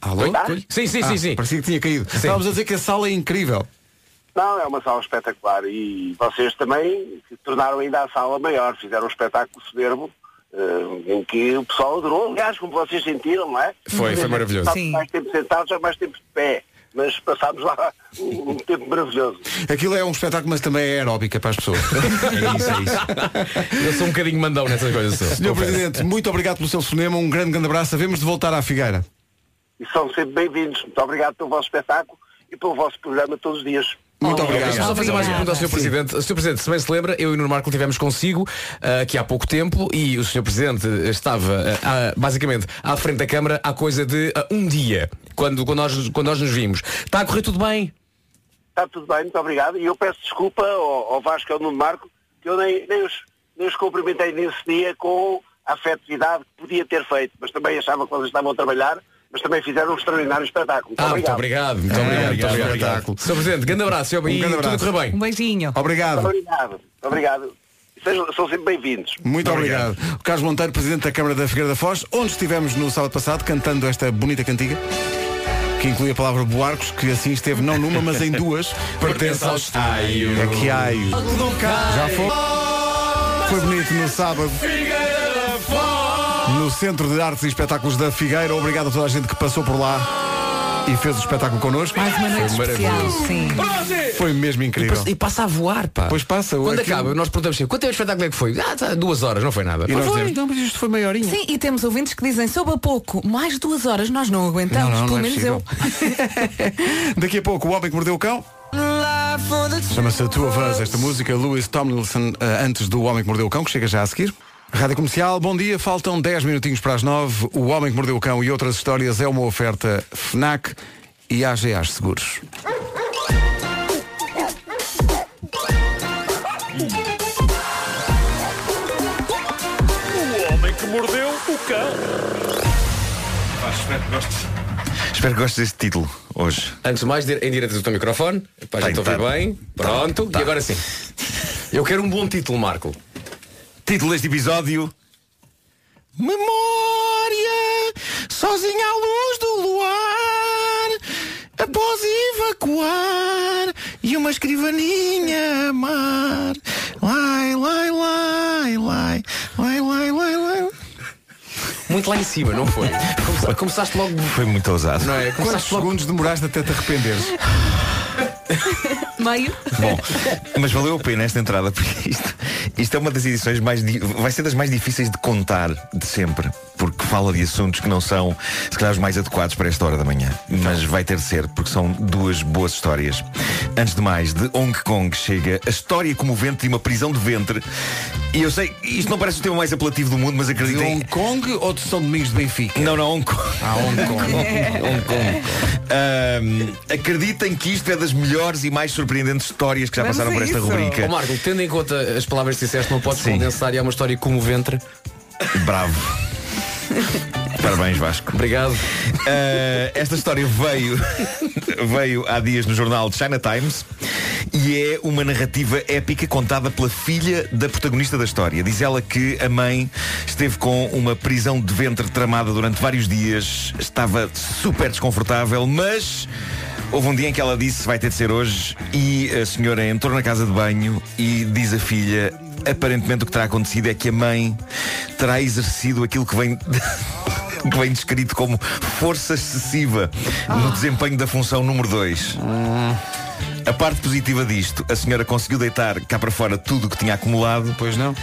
Alô?
Sim, sim,
Ah,
sim, sim.
Parecia que tinha caído. Estávamos a dizer que a sala é incrível.
Não, é uma sala espetacular e vocês também se tornaram ainda a sala maior, fizeram um espetáculo soberbo eh, em que o pessoal adorou, aliás, como vocês sentiram, não é?
Foi, foi maravilhoso.
Passámos mais tempo sentados, já mais tempo de pé, mas passámos lá um, um tempo maravilhoso.
Aquilo é um espetáculo, mas também é aeróbica para as pessoas.
É isso, é isso. Eu sou um bocadinho mandão nessas coisas. Sr.
Senhor
Confesso.
Presidente, muito obrigado pelo seu cinema, um grande, grande abraço. Havemos de voltar à Figueira.
E são sempre bem-vindos. Muito obrigado pelo vosso espetáculo e pelo vosso programa todos os dias.
Muito obrigado.
Deixa-me só fazer mais uma pergunta ao Sr.
Sim.
Presidente. Sr. Presidente, se bem se lembra, eu e o Nuno Marco estivemos consigo ah, aqui há pouco tempo e o Sr. Presidente estava ah, ah, basicamente à frente da Câmara há coisa de ah, um dia, quando, quando, nós, quando nós nos vimos. Está a correr tudo bem?
Está tudo bem, muito obrigado. E eu peço desculpa ao, ao Vasco e ao Nuno Marco, que eu nem, nem, os, nem os cumprimentei nesse dia com a afetividade que podia ter feito, mas também achava que vocês estavam a trabalhar, mas também fizeram um extraordinário espetáculo. Muito
Ah, muito
obrigado.
obrigado, muito
Ah,
obrigado, muito
obrigado,
obrigado.
espetáculo.
Sr. Presidente, grande abraço, Sr. e
grande
tudo a
abraço.
correr bem.
Um beijinho.
Obrigado.
Obrigado, muito obrigado. E Sejam, são sempre bem-vindos.
Muito obrigado. Carlos Monteiro, Presidente da Câmara da Figueira da Foz, onde estivemos no sábado passado cantando esta bonita cantiga, que inclui a palavra Buarcos, que assim esteve não numa, mas em duas.
Pertence aos Aio.
É que aio. Já foi. Foi bonito no sábado. No Centro de Artes e Espetáculos da Figueira. Obrigado a toda a gente que passou por lá e fez o espetáculo connosco.
Mais uma noite
Foi
especial, sim.
Foi mesmo incrível.
E passa a voar, pá.
Pois passa.
Quando
aquilo-
acaba, nós perguntamos sempre, quanto tempo de espetáculo é que foi? Ah, tá, duas horas, não foi nada.
E
Não
nós
foi.
dizemos, não, mas isto foi maiorinho.
Sim, e temos ouvintes que dizem, soube a pouco, mais duas horas nós não
Não,
aguentamos,
não, não
pelo
é
menos eu.
Daqui a pouco, o Homem que Mordeu o Cão. Chama-se A Tua Voz, esta música, Lewis Tomlinson, eh, antes do Homem que Mordeu o Cão, que chega já a seguir. Rádio Comercial, bom dia, faltam 10 minutinhos para as 9. O Homem que Mordeu o Cão e outras histórias é uma oferta FNAC e AGA Seguros.
Espero que gostes deste título hoje.
Antes de mais, dir- em direto do teu microfone. Pá, já
Tem,
estou a ouvir
tá.
bem. Pronto. E agora sim. Eu quero um bom título, Marco.
Título deste episódio: Memória, sozinha à luz do luar, após evacuar e uma escrivaninha a amar. Lai, lai, lai, lai, lai, lai, lai, lai.
Muito lá em cima, não foi? Começa- Começaste logo.
Foi muito ousado.
Não é?
Quantos
Começaste logo.
segundos demoraste até te arrependeres?
Meio?
Bom, mas valeu a pena esta entrada, porque isto, isto é uma das edições mais. di- vai ser das mais difíceis de contar de sempre, porque fala de assuntos que não são, se calhar, os mais adequados para esta hora da manhã. Mas vai ter de ser, porque são duas boas histórias. Antes de mais, de Hong Kong chega a história comovente de uma prisão de ventre. E eu sei, isto não parece o tema mais apelativo do mundo, mas
De
acreditem.
Hong Kong ou de São Domingos de Benfica?
Não, não, Hong Kong.
Ah, Hong Kong.
É.
Hong Kong. Ahm, acreditem que isto é das melhores e mais surpreendentes histórias que já
Vamos
passaram
a
por esta
isso.
rubrica.
Ó Marco, tendo em conta as palavras que disseste, não podes
Sim.
condensar e é uma história como o ventre.
Bravo. Parabéns, Vasco.
Obrigado.
Eh, esta história veio, veio há dias no jornal China Times e é uma narrativa épica contada pela filha da protagonista da história. Diz ela que a mãe esteve com uma prisão de ventre tramada durante vários dias, estava super desconfortável, mas houve um dia em que ela disse vai ter de ser hoje e a senhora entrou na casa de banho e diz a filha. Aparentemente o que terá acontecido é que a mãe terá exercido aquilo que vem que vem descrito como força excessiva no desempenho da função número 2. A parte positiva disto, a senhora conseguiu deitar cá para fora tudo o que tinha acumulado.
Pois não.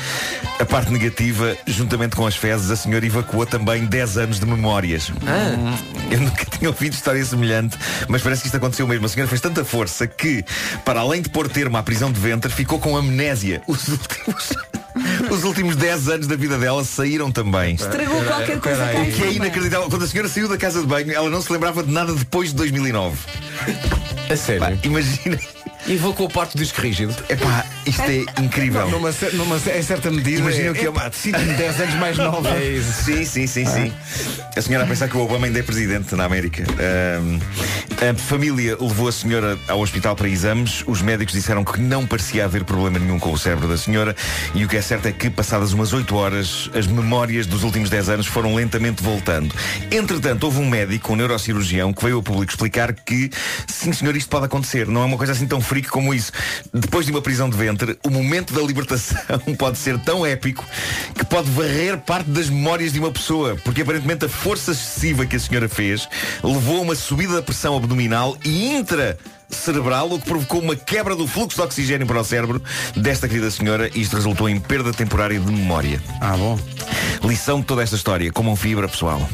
A parte negativa, juntamente com as fezes, a senhora evacuou também 10 anos de memórias.
Ah.
Eu nunca tinha ouvido história semelhante, mas parece que isto aconteceu mesmo. A senhora fez tanta força que, para além de pôr termo à prisão de ventre, ficou com amnésia. Os últimos. Os últimos 10 anos da vida dela saíram também.
Estragou qualquer coisa cá em
O que é
cima.
inacreditável. Quando a senhora saiu da casa de banho, ela não se lembrava de nada depois de 2009.
A sério?
imagina.
Invocou parte do disco rígido.
Epá, isto é incrível.
Numa, cer- numa cer- em certa medida.
Imagina
é,
o que é uma-
epá, sinto-me 10 anos mais nova.
É isso. Sim, sim, sim, sim. A senhora a pensar que o Obama ainda é presidente na América. Ahm, a família levou a senhora ao hospital para exames. Os médicos disseram que não parecia haver problema nenhum com o cérebro da senhora. E o que é certo é que, passadas umas 8 horas, as memórias dos últimos 10 anos foram lentamente voltando. Entretanto, houve um médico, um neurocirurgião, que veio ao público explicar que, sim senhor, isto pode acontecer. Não é uma coisa assim tão freak como isso. Depois de uma prisão de ventre, o momento da libertação pode ser tão épico que pode varrer parte das memórias de uma pessoa. Porque aparentemente a força excessiva que a senhora fez levou a uma subida da pressão abdominal e intra cerebral, o que provocou uma quebra do fluxo de oxigênio para o cérebro desta querida senhora e isto resultou em perda temporária de memória.
Ah, bom.
Lição de toda esta história, como um fibra pessoal.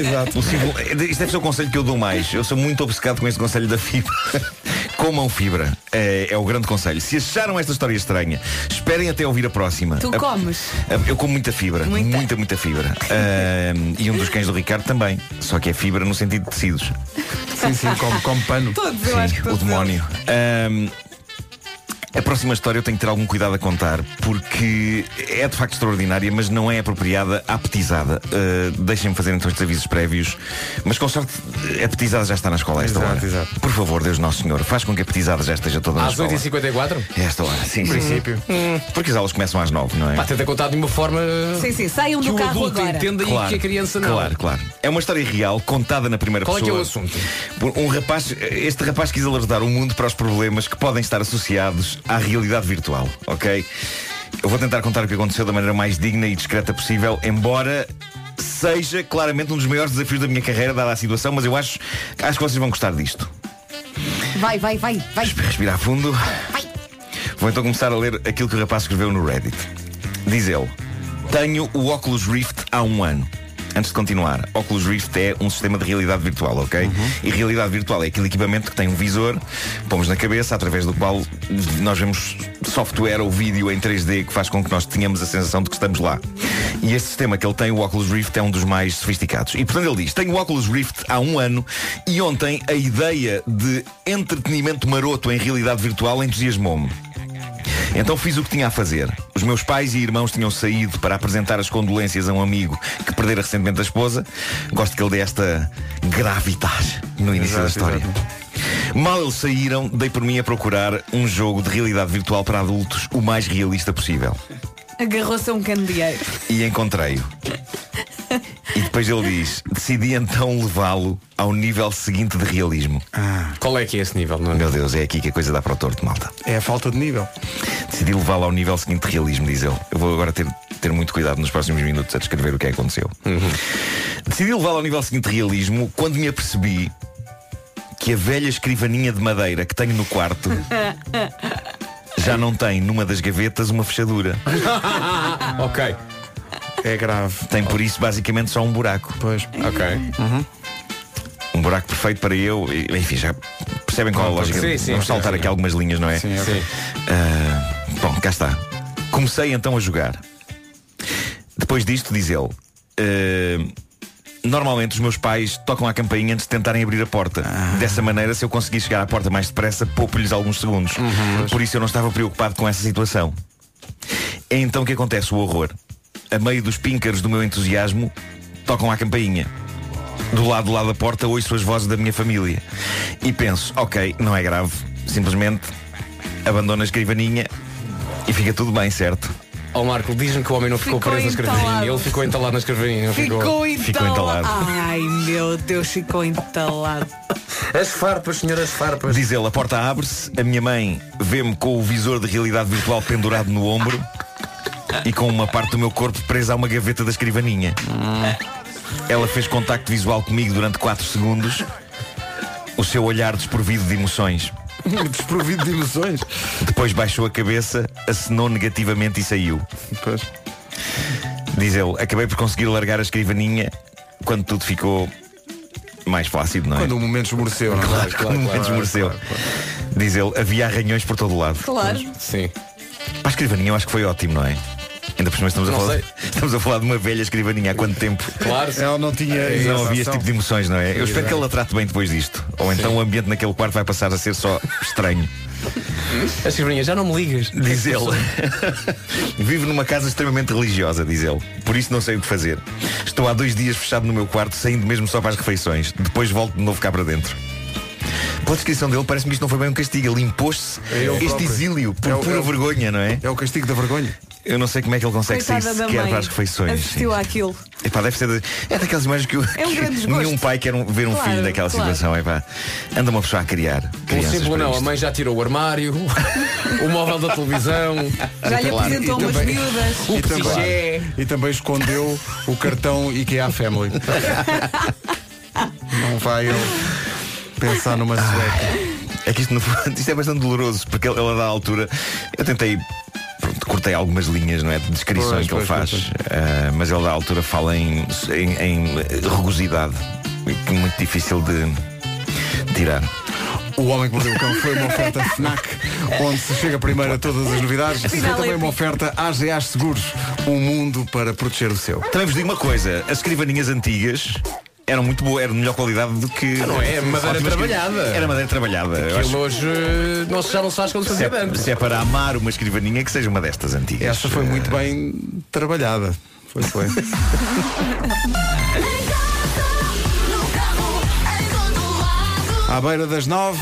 Exato.
O símbolo- isto deve ser o conselho que eu dou mais. Eu sou muito obcecado com este conselho da fibra. Comam fibra. É, é o grande conselho. Se acharam esta história estranha, esperem até ouvir a próxima.
Tu
A-
comes?
a- Eu como muita fibra. Muita, muita, fibra. Ahm, e um dos cães do Ricardo também. Só que é fibra no sentido de tecidos.
Sim, sim, como, como pano.
Todos, eu
Sim,
acho que
o
todos.
demónio. Ahm, a próxima história eu tenho que ter algum cuidado a contar, porque é de facto extraordinária, mas não é apropriada à petizada. Ah, Deixem-me fazer então estes avisos prévios, mas com sorte a petizada já está na escola a esta
Exato,
hora.
exato.
Por favor, Deus Nosso Senhor, faz com que a petizada já esteja toda na
Às
escola.
8h54?
A esta hora, sim.
Em
sim.
princípio.
Porque as aulas começam às nove, não é?
Pá, tenta contar de uma forma
Sim, sim, saiam
que
do
o
carro
Um adulto
agora.
entenda e que a criança não.
Claro, claro. É uma história real, contada na primeira
Qual é que é o
pessoa.
assunto?
Por Um rapaz, este rapaz quis alertar o mundo para os problemas que podem estar associados à realidade virtual, ok? Eu vou tentar contar o que aconteceu da maneira mais digna e discreta possível, embora seja claramente um dos maiores desafios da minha carreira, dada a situação, mas eu acho, acho que vocês vão gostar disto.
Vai, vai, vai, vai.
Respirar fundo. Vou então começar a ler aquilo que o rapaz escreveu no Reddit. Diz ele: Tenho o Oculus Rift há um ano. Antes de continuar, Oculus Rift é um sistema de realidade virtual, ok? E realidade virtual é aquele equipamento que tem um visor, pomos na cabeça, através do qual nós vemos software ou vídeo em 3D que faz com que nós tenhamos a sensação de que estamos lá. E este sistema que ele tem, o Oculus Rift, é um dos mais sofisticados. E portanto ele diz, tenho o Oculus Rift há um ano e ontem a ideia de entretenimento maroto em realidade virtual entusiasmou-me. Então fiz o que tinha a fazer. Os meus pais e irmãos tinham saído para apresentar as condolências a um amigo que perdera recentemente a esposa. Gosto que ele dê esta gravidade no início da história. Mal eles saíram, dei por mim a procurar um jogo de realidade virtual para adultos o mais realista possível.
Agarrou-se a um candeeiro.
E encontrei-o. E depois ele diz, decidi então levá-lo ao nível seguinte de realismo.
Qual é que é esse nível? Não é?
Meu Deus, é aqui que a coisa dá para o torto, malta.
É a falta de nível.
Decidi levá-lo ao nível seguinte de realismo, diz ele. Eu vou agora ter, ter muito cuidado nos próximos minutos a descrever o que é que aconteceu. Decidi levá-lo ao nível seguinte de realismo quando me apercebi que a velha escrivaninha de madeira que tenho no quarto já não tem numa das gavetas uma fechadura.
Ok,
É grave.
Tem por isso basicamente só um buraco.
Pois. Uhum.
ok.
Um buraco perfeito para eu. e- Enfim, já percebem qual é a lógica.
Sim, sim,
Vamos
sim,
saltar
sim.
aqui algumas linhas, não é?
Sim, ok.
Ah, bom, cá está. Comecei então a jogar. Depois disto, diz ele, ah, normalmente os meus pais tocam a campainha antes de tentarem abrir a porta.
Ah.
Dessa maneira, se eu conseguir chegar à porta mais depressa, poupo-lhes alguns segundos.
Uhum.
Por isso eu não estava preocupado com essa situação. É então que acontece o horror. A meio dos píncaros do meu entusiasmo, tocam à campainha. Do lado do lado da porta ouço as vozes da minha família. E penso, ok, não é grave. Simplesmente abandono a escrivaninha e fica tudo bem, certo?
Ó Marco, diz-me que o homem não ficou,
Ficou
preso na escravidinha.
entalado.
Ele ficou entalado na escravidinha. não
Ficou
ficou entalado.
entalado. Ah. Ai meu Deus, ficou entalado.
As farpas, senhoras farpas.
Diz ele, a porta abre-se, a minha mãe vê-me com o visor de realidade virtual pendurado no ombro. e com uma parte do meu corpo presa a uma gaveta da escrivaninha. Ela fez contacto visual comigo durante 4 segundos, o seu olhar desprovido de emoções.
Desprovido de emoções?
Depois baixou a cabeça, acenou negativamente e saiu.
Pois.
Diz ele, acabei por conseguir largar a escrivaninha quando tudo ficou mais flácido, não é?
Quando o momento esmoreceu, não é?
Claro,
Claro,
quando o momento
claro,
esmoreceu. Diz ele, havia arranhões por todo o lado.
Claro.
Sim. Para a escrivaninha eu acho que foi ótimo, não é? Ainda por cima estamos a,
Não
falar,
sei.
estamos a falar de uma velha escrivaninha há quanto tempo?
Ela não tinha.
Não
essa
havia esse
ação.
tipo de emoções, não é? Eu espero que ela trate bem depois disto. Ou então o ambiente naquele quarto vai passar a ser só estranho.
A escrivaninha, já não me ligas.
Diz ele. Vivo numa casa extremamente religiosa, diz ele. Por isso não sei o que fazer. Estou há dois dias fechado no meu quarto, saindo mesmo só para as refeições. Depois volto de novo cá para dentro. Pela descrição dele, parece-me que isto não foi bem um castigo. Ele impôs-se
É ele
este
próprio.
exílio por
É o-
pura
é o-
vergonha, não é?
É o castigo da vergonha.
Eu não sei como é que ele consegue
Coitada
sair
da
sequer
mãe.
para as refeições.
Assistiu àquilo.
Epá, deve ser da- é daquelas imagens que, eu-
É um
que
grande desgosto.
nenhum pai quer um- ver um
Claro,
filho naquela
claro.
situação. Epá, anda uma pessoa a criar.
Um
crianças
simples
para
não, a
isto.
mãe já tirou o armário, o móvel da televisão.
Já lhe
Claro.
apresentou
E
umas
também-
miúdas.
O
E também,
psiché.
e também escondeu o cartão IKEA Family. não vai eu pensar numa sueca.
É que isto, no fundo, isto é bastante doloroso, porque ela, ela dá a altura. Eu tentei. Pronto, cortei algumas linhas, não é? De
Pois,
descrições que ele
pois,
faz.
pois,
Ah, mas ele dá a altura fala em, em, em rugosidade. Que é muito difícil de tirar.
O Homem que Mordeu o Cão foi uma oferta FNAC, onde se chega primeiro a todas as novidades. E foi
Final
também uma
épico.
oferta AGA Seguros, um mundo para proteger o seu.
Também vos digo uma coisa, as escrivaninhas antigas eram muito boas, eram de melhor qualidade do que.
não é, madeira
Ótimas escri-
trabalhada.
Era madeira trabalhada. Eu acho
Aquilo hoje eh, não se- já não se faz como se
Se
fazia
é,
antes.
se é para amar uma escrivaninha que seja uma destas antigas. Eh,
Esta foi muito bem trabalhada. Foi, foi. À beira das nove.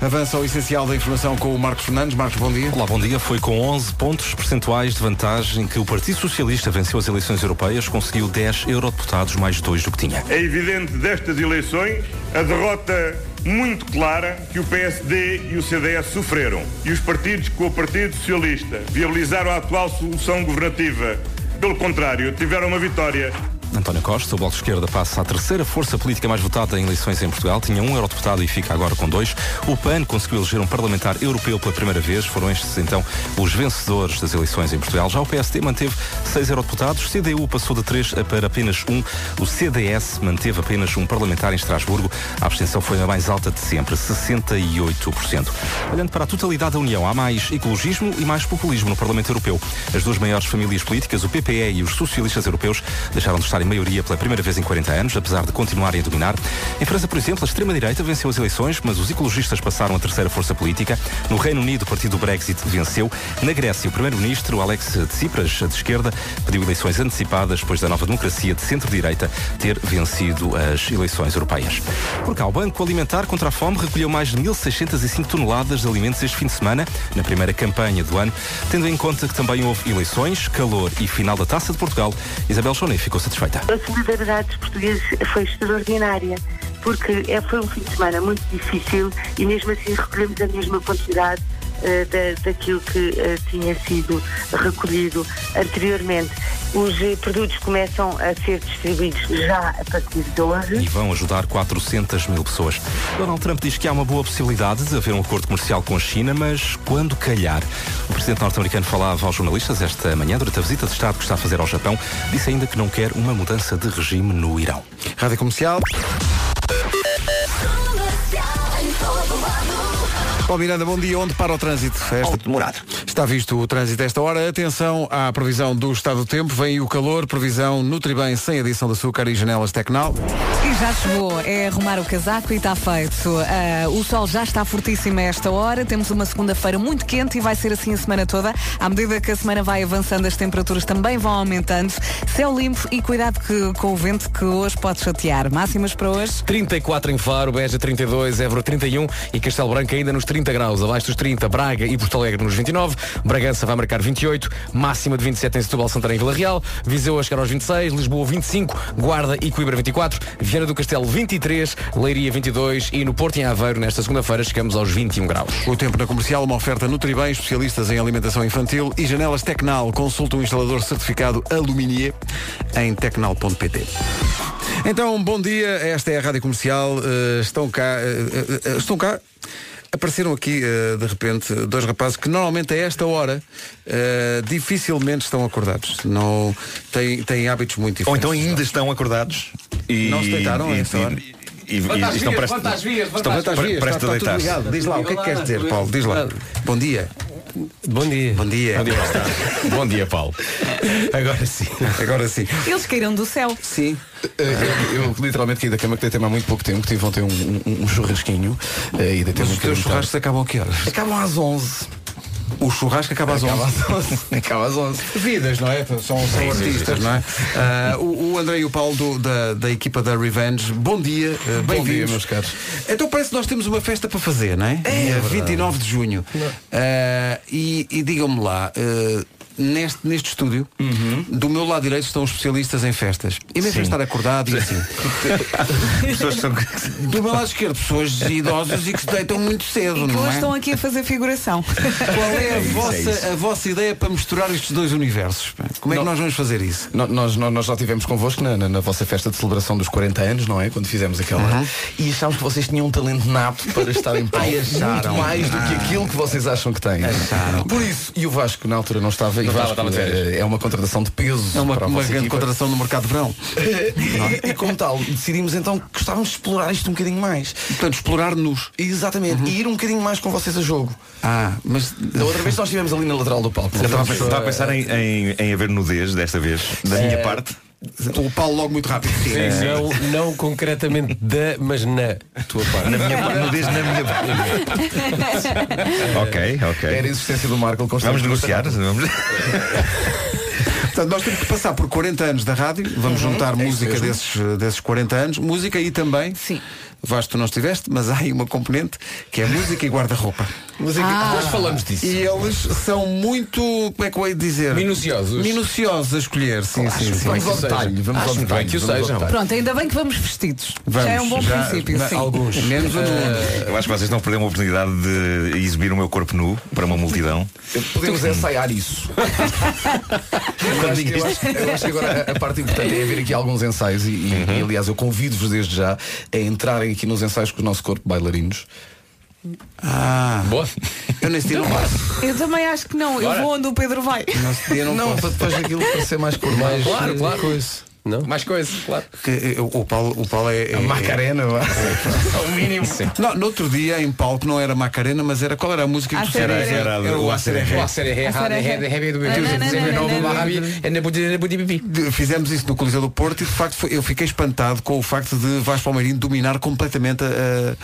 Avança o essencial da informação com o Marcos Fernandes. Marcos, bom dia.
Olá, bom dia. Foi com 11 pontos percentuais de vantagem que o Partido Socialista venceu as eleições europeias, conseguiu 10 eurodeputados, mais dois do que tinha.
É evidente destas eleições a derrota muito clara que o PSD e o CDS sofreram. E os partidos que o Partido Socialista viabilizaram a atual solução governativa, pelo contrário, tiveram uma vitória
António Costa, o Bloco de Esquerda, passa à terceira força política mais votada em eleições em Portugal. Tinha um eurodeputado e fica agora com dois. O PAN conseguiu eleger um parlamentar europeu pela primeira vez. Foram estes, então, os vencedores das eleições em Portugal. Já o PSD manteve seis eurodeputados. O CDU passou de três a- para apenas um. O CDS manteve apenas um parlamentar em Estrasburgo. A abstenção foi a mais alta de sempre, 68%. Olhando para a totalidade da União, há mais ecologismo e mais populismo no Parlamento Europeu. As duas maiores famílias políticas, o PPE e os socialistas europeus, deixaram de estar em maioria pela primeira vez em 40 anos, apesar de continuarem a dominar. Em França, por exemplo, a extrema-direita venceu as eleições, mas os ecologistas passaram a terceira força política. No Reino Unido, o partido Brexit venceu. Na Grécia, o primeiro-ministro Alex Tsipras, de esquerda, pediu eleições antecipadas depois da nova democracia de centro-direita ter vencido as eleições europeias. Por cá, o Banco Alimentar contra a Fome recolheu mais de 1.605 toneladas de alimentos este fim de semana, na primeira campanha do ano, tendo em conta que também houve eleições, calor e final da Taça de Portugal. Isabel Chonet ficou satisfeita.
A solidariedade dos portugueses foi extraordinária, porque é, foi um fim de semana muito difícil e mesmo assim recolhemos a mesma quantidade eh, da, daquilo que eh, tinha sido recolhido anteriormente. Os eh, produtos começam a ser distribuídos já a partir de hoje.
e vão ajudar 400 mil pessoas. Donald Trump diz que há uma boa possibilidade de haver um acordo comercial com a China, mas quando calhar? O presidente norte-americano falava aos jornalistas esta manhã, durante a visita de Estado que está a fazer ao Japão, disse ainda que não quer uma mudança de regime no Irão.
Rádio Comercial. Bom, Miranda, bom dia. Onde para o trânsito? A Esta...
demorado.
Está visto o trânsito a esta hora. Atenção à previsão do estado do tempo. Vem aí o calor. Previsão Nutribem sem adição de açúcar e janelas Tecnal.
E já chegou, é arrumar o casaco e está feito. Ah, o sol já está fortíssimo a esta hora, temos uma segunda-feira muito quente e vai ser assim a semana toda. À medida que a semana vai avançando, as temperaturas também vão aumentando. Céu limpo e cuidado que- com o vento que hoje pode chatear. Máximas para hoje.
34 em Faro, Beja 32, Évora 31 e Castelo Branco ainda nos 30 graus, abaixo dos 30, Braga e Porto Alegre nos 29, Bragança vai marcar 28, máxima de 27 em Setúbal, Santarém e Vila Real, Viseu a chegar aos 26, Lisboa 25, Guarda e Coimbra 24, Viana do do Castelo 23, Leiria 22 e no Porto em Aveiro, nesta segunda-feira, chegamos aos 21 graus.
O tempo na comercial, uma oferta Nutribem, especialistas em alimentação infantil e janelas Tecnal. Consulta um instalador certificado Aluminier em tecnal.pt. Então, bom dia, esta é a Rádio Comercial. eh, estão cá. eh, eh, estão cá. Apareceram aqui, eh, de repente, dois rapazes que normalmente a esta hora eh, dificilmente estão acordados. Não, têm, têm hábitos muito diferentes.
Ou então ainda estão acordados e.
Não se deitaram é a
e,
esta hora?
e- e- e- e estão prestes estão
Quantas vias?
prestes
Está-
a
está tudo
deitar-se.
ligado. Diz lá, o que é que queres dizer, Paulo? Diz lá. Bom dia.
Bom dia.
Bom dia. Bom dia,
Bom dia Paulo.
Agora sim.
Agora sim.
Eles caíram do céu.
Sim.
Eh, Eu, eu literalmente caí da cama que deitei-me há muito pouco tempo, tive ontem um, um- um churrasquinho eh, e deitei-me
Mas
um
os teus
bocadinho
churrascos acabam a que horas?
tarde. Acabam às 11.
O churrasco acaba às 11.
Acaba às 11. Acaba às 11.
Vidas, não é? São, são artistas, não é? Ah, o, o André e o Paulo do- da, da equipa da Revenge, bom dia, ah,
Bom dia,
bem-vindos.
meus caros.
Então parece que nós temos uma festa para fazer, não é? Dia
verdade.
29 de junho.
Não.
Ah, e e digam-me lá, ah, neste, neste estúdio,
Uhum.
do meu lado direito estão os especialistas em festas. E mesmo
Sim.
estar acordado e assim.
Pessoas que são-
do meu lado esquerdo, pessoas idosas e que se deitam muito cedo,
E que
não
hoje
é?
estão aqui a fazer figuração.
Qual é a vossa, a vossa ideia para misturar estes dois universos? pá? Como é que nós vamos fazer isso?
No- Nós, nós, nós já estivemos convosco na, na, na vossa festa de celebração dos 40 anos, não é? Quando fizemos aquela. E achámos que vocês tinham um talento nato para estar em palco.
Ai, acharam. Ah.
Muito mais do que aquilo que vocês acham que têm.
Acharam.
Por isso, e o Vasco na altura não estava. e
Não estava,
Vasco,
estava de férias.
eh, É uma contratação de peso.
É uma,
para a
uma
vossa
grande
equipa.
contratação no mercado de verão.
e como tal, decidimos então que gostávamos de explorar isto um bocadinho mais.
Portanto, explorar-nos.
Exatamente. E ir um bocadinho mais com vocês a jogo.
Ah, mas.
Da outra vez nós estivemos ali na lateral do palco.
Eu estava a pensar,
Fomos,
estava a
eh,
pensar em, em, em haver nudez desta vez, da minha
É.
Eh,
parte.
O Paulo logo muito rápido.
Sim, sim.
Eh,
Não.
Não concretamente da, mas na tua parte.
Na minha parte, nudez na minha parte. ok, ok.
Era a existência do Marco
Vamos negociar? Vamos...
Portanto, nós temos que passar por 40 anos da rádio, vamos
Uhum. É
juntar música desses, desses 40 anos, música e também. Sim. Vasco, tu não estiveste, mas há aí uma componente que é música e guarda-roupa.
Ah. Hoje falamos disso.
E eles são muito, como é que eu hei de dizer?
Minuciosos.
Minuciosos a escolher, sim, sim, sim.
Vamos ao detalhe, vamos ao detalhe, vamos ao detalhe.
Pronto, ainda bem que vamos vestidos.
Vamos,
já é um bom
já-
princípio,
na-
sim. Ah,
alguns. Menos um do
Eh, Eu acho que vocês estão a perder uma oportunidade de exibir o meu corpo nu para uma multidão.
um- Podemos ensaiar isso. eu, acho que, eu acho- eu acho que agora a, a parte importante é haver aqui alguns ensaios e, e-
Uhum.
e, aliás eu convido-vos desde já a entrarem aqui nos ensaios com o nosso corpo de bailarinos.
Ah,
Boa.
eu nem sei não faço.
Eu também acho que não.
Bora.
Eu vou onde o Pedro vai.
não, para depois aquilo parecer mais cor mais
Claro, claro.
coisa.
Não?
Mais coisa, claro.
Que, eh, o, o Paulo, o Paulo é, é.
A Macarena, vá.
o mínimo. Não, no outro dia em palco não era Macarena, mas era qual era a música que tu
Era,
fizeste?
era,
Era o
ACRR.
ACRR. De- Fizemos isso no Coliseu do Porto e de facto foi- eu fiquei espantado com o facto de Vasco Palmeirinho dominar completamente a, a-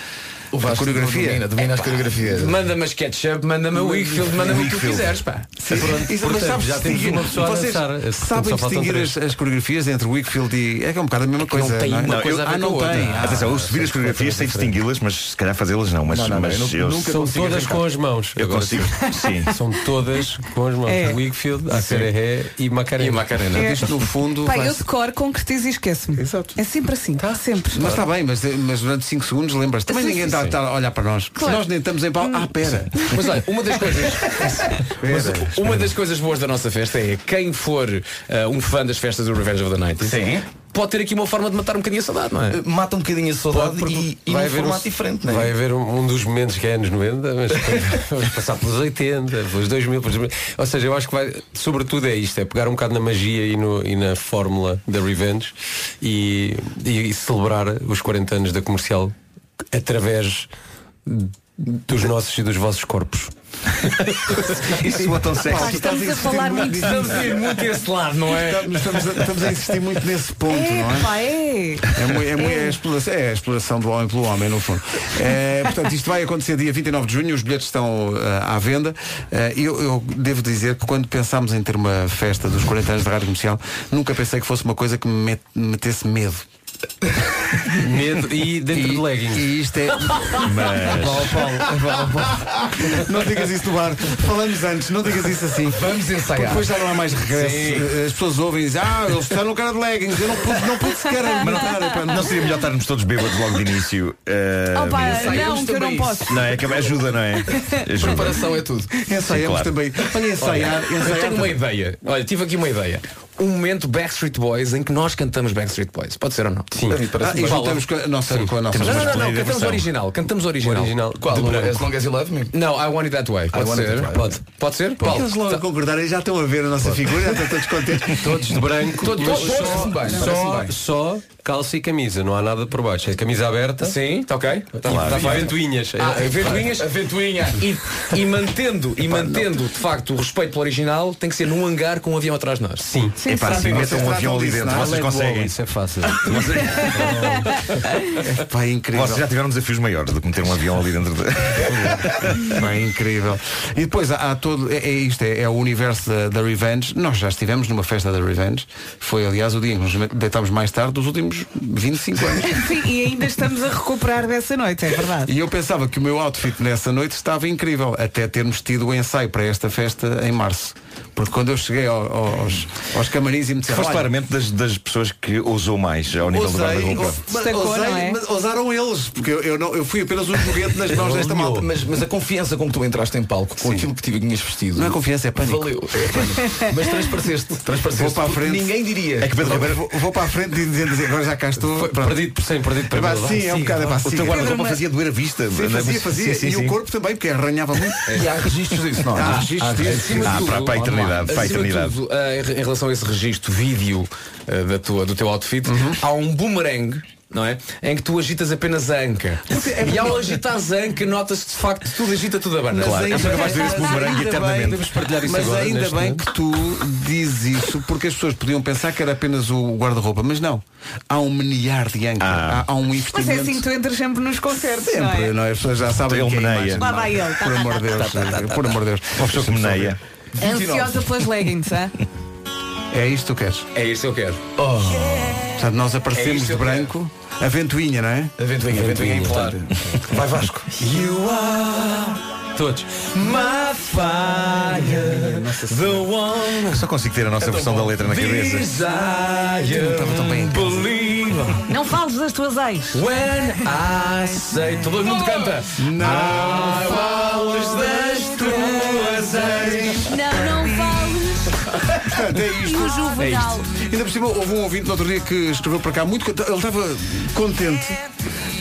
a coreografia.
domina, domina as coreografias.
Manda-me as SketchUp, manda-me a Wigfield, manda-me o que tu
Wakefield.
quiseres, pá.
Sim, isso, mas sabes
já temos
distinguir,
uma pessoa a
vocês
eh,
dançar, portanto,
sabem
só
um
faltam
distinguir as,
três.
as coreografias entre Wakefield e. É que é um bocado a mesma coisa.
tem
não é?
uma
Não,
coisa
eu-
a ver
ah,
com
não
a outra.
tem. Ah,
Atenção, eu se vir as coreografias sei distingui-las, mas se calhar fazê-las não. Mas,
Não, não, não,
mas
eu
eu,
nunca São
consigo
todas
arrancar.
com as mãos.
Eu
Agora,
consigo, sim.
São todas com as mãos.
É.
Wigfield, ACRE e Macarena. E Macarena.
É.
Isto no fundo.
Pá,
vai-
eu decoro, concretizo e esqueço-me. Exato. É sempre assim, sempre.
Mas tá está bem, mas, mas durante 5 segundos lembras. Também
Sim,
ninguém
sim,
está
sim.
está a olhar para nós.
Claro.
Nós nem estamos em pau. Ah, pera.
Mas olha, uma das coisas. Mas uma das coisas boas da nossa festa é quem for ah, um fã das festas do Revenge of the Night pode ter aqui uma forma de matar um bocadinho a saudade, não é?
Mata um bocadinho a saudade e, e num formato
um,
diferente, não é?
vai haver um, um dos momentos que é anos 90, mas vamos passar pelos 80, pelos 2000, pelos 2000. Ou seja, eu acho que vai, sobretudo é isto, é pegar um bocado na magia e, no- e na fórmula da Revenge e, e celebrar os 40 anos da comercial através dos nossos e dos vossos corpos.
Isso soa tão
Pá,
sexy.
estamos a falar muito disso.
Estamos a ir muito esse lado, não é?
Estamos, estamos a, estamos a insistir muito nesse ponto, não é?
Epá, é.
É, mui- é, mui- é a exploração, é a exploração do homem pelo homem, no fundo. É, portanto, isto vai acontecer dia 29 de junho, os bilhetes estão ah, à venda. Ah, eu, eu devo dizer que quando pensámos em ter uma festa dos 40 anos da Rádio Comercial, nunca pensei que fosse uma coisa que me met- me metesse medo.
Medo e dentro de leggings.
E isto é.
Mas-
Paulo, Paulo, Paulo, Paulo. Não digas isso do bar. Falamos antes, não digas isso assim. Vamos
ensaiar.
Depois já não há mais regresso. Eh,
Sim.
As pessoas ouvem e dizem, ah, eles estão no cara de leggings. Eu não pude, não pude sequer argumentar.
Mas não, não seria melhor estarmos todos bêbados logo de início? Uh,
Opa,
ensaiamos
não, que eu não
também
posso.
isso. Não, é que ajuda, não é? Ajuda.
Preparação é tudo.
Ensaiamos também. Olha, ensaiar,
Olha,
ensaiar
Eu tenho uma
também.
ideia. Olha, tive aqui uma ideia. Um momento Backstreet Boys em que nós cantamos Backstreet Boys. Pode ser ou não? Sim.
Ah, e juntamos com a nossa, com a nossa
Não, não, não,
masculina
cantamos
versão.
original. Cantamos original.
Original.
De
Qual?
branco.
As long as you love me?
Não, I want it that way. Pode
Want It
ser?
That Way.
Pode. Pode ser? Paulo.
Eles logo a concordar e já estão a ver a nossa figura, já estão tá- todos contentes.
Todos de branco,
Todos-
mas
todos-
só,
parece-me bem,
só,
parece-me bem.
só calça e camisa, não há nada por baixo. É camisa aberta.
Sim, está ok.
Tá lá, e ventoinhas.
Ah,
É-
ventoinhas. ventoinha. E, e mantendo, e mantendo de facto o respeito pelo original, tem que ser num hangar com um avião atrás de nós.
Sim.
É pá, se metam um avião ali dentro, vocês conseguem.
Isso é fácil.
Pá, é incrível.
Vocês já tiveram desafios maiores do que meter um avião ali dentro de...
Bem, incrível. E depois há, há todo. É, é isto, é, é o universo da, da Revenge. Nós já estivemos numa festa da Revenge. Foi, aliás, o dia em que nos deitámos mais tarde dos últimos 25 anos.
Sim, e ainda estamos a recuperar dessa noite, é verdade.
E eu pensava que o meu outfit nessa noite estava incrível, até termos tido o ensaio para esta festa em março. Porque quando eu cheguei ao- aos, aos camarins e me disseram.
Foste
"Olha,
claramente das, das pessoas que ousou mais ao nível do guarda-roupa.
ou- mas ousei, mas ousaram eles, porque eu, eu não, eu fui apenas um joguete nas mãos desta malta.
Mas, mas a confiança com que tu entraste em palco, com aquilo que tinhas vestido.
Não é confiança, é pânico.
Valeu. É pânico. mas transpareceste. transpareceste.
Vou para a
Porque
frente.
Ninguém diria.
É que Pedro Ribeiro
Vou, vou para a frente e dizer, dizer, agora já cá estou. pronto.
Perdido por 100, perdido por
É pá,
mil.
sim, é um bocado, é pá,
O
sim.
teu guarda-roupa
Mas-
fazia doer a vista.
Sim, fazia, fazia.
Sim, sim,
e
sim.
o corpo também, porque arranhava muito.
E há registros disso,
é?
não
Há
há?
registros disso.
Acima de
Ah,
tudo,
para- para a eternidade,
Omar,
para a
acima de
eternidade.
tudo, ah, em re- em relação a esse registro vídeo ah, da tua, do teu outfit, há um boomerang. Não é? Em que tu agitas apenas a anca. E ao agitares a anca, notas que de facto tudo agita tudo a banda.
Claro. Eu sou capaz de ver esse bumerangue
ainda
eternamente.
bem-
partilhar isso
mas
agora,
ainda
neste
bem
momento.
que tu dizes isso, porque as pessoas podiam pensar que era apenas o guarda-roupa, mas não. Há um menear de anca,
Ah.
há, há um
Mas é
investimento.
assim que tu entras sempre nos concertos, não
Sempre,
é?
não é? As pessoas já sabem
Ele
que é a
meneia.
imagem.
Lá vai ele.
Por amor de Deus, por amor de Deus.
Uma pessoa que meneia.
É Ansiosa pelas leggings, hã?
É isto que tu queres.
É isso que eu quero.
Portanto, nós aparecemos
É isto
de
que eu quero.
branco, a ventoinha, não é?
A ventoinha, a ventoinha é importante. Vai Vasco.
You are
Todos.
my fire, the one
Eu só consigo ter a
É
nossa versão da letra na cabeça.
desire.
Estava tão bem em casa.
Believe
Não fales das tuas ex.
when I say Todo mundo canta Há falas das tuas ex
Não, não fales.
Portanto, é
E
isto.
o juvenal.
Ainda por cima, houve um ouvinte no outro dia que escreveu para cá muito. cont- Ele estava contente,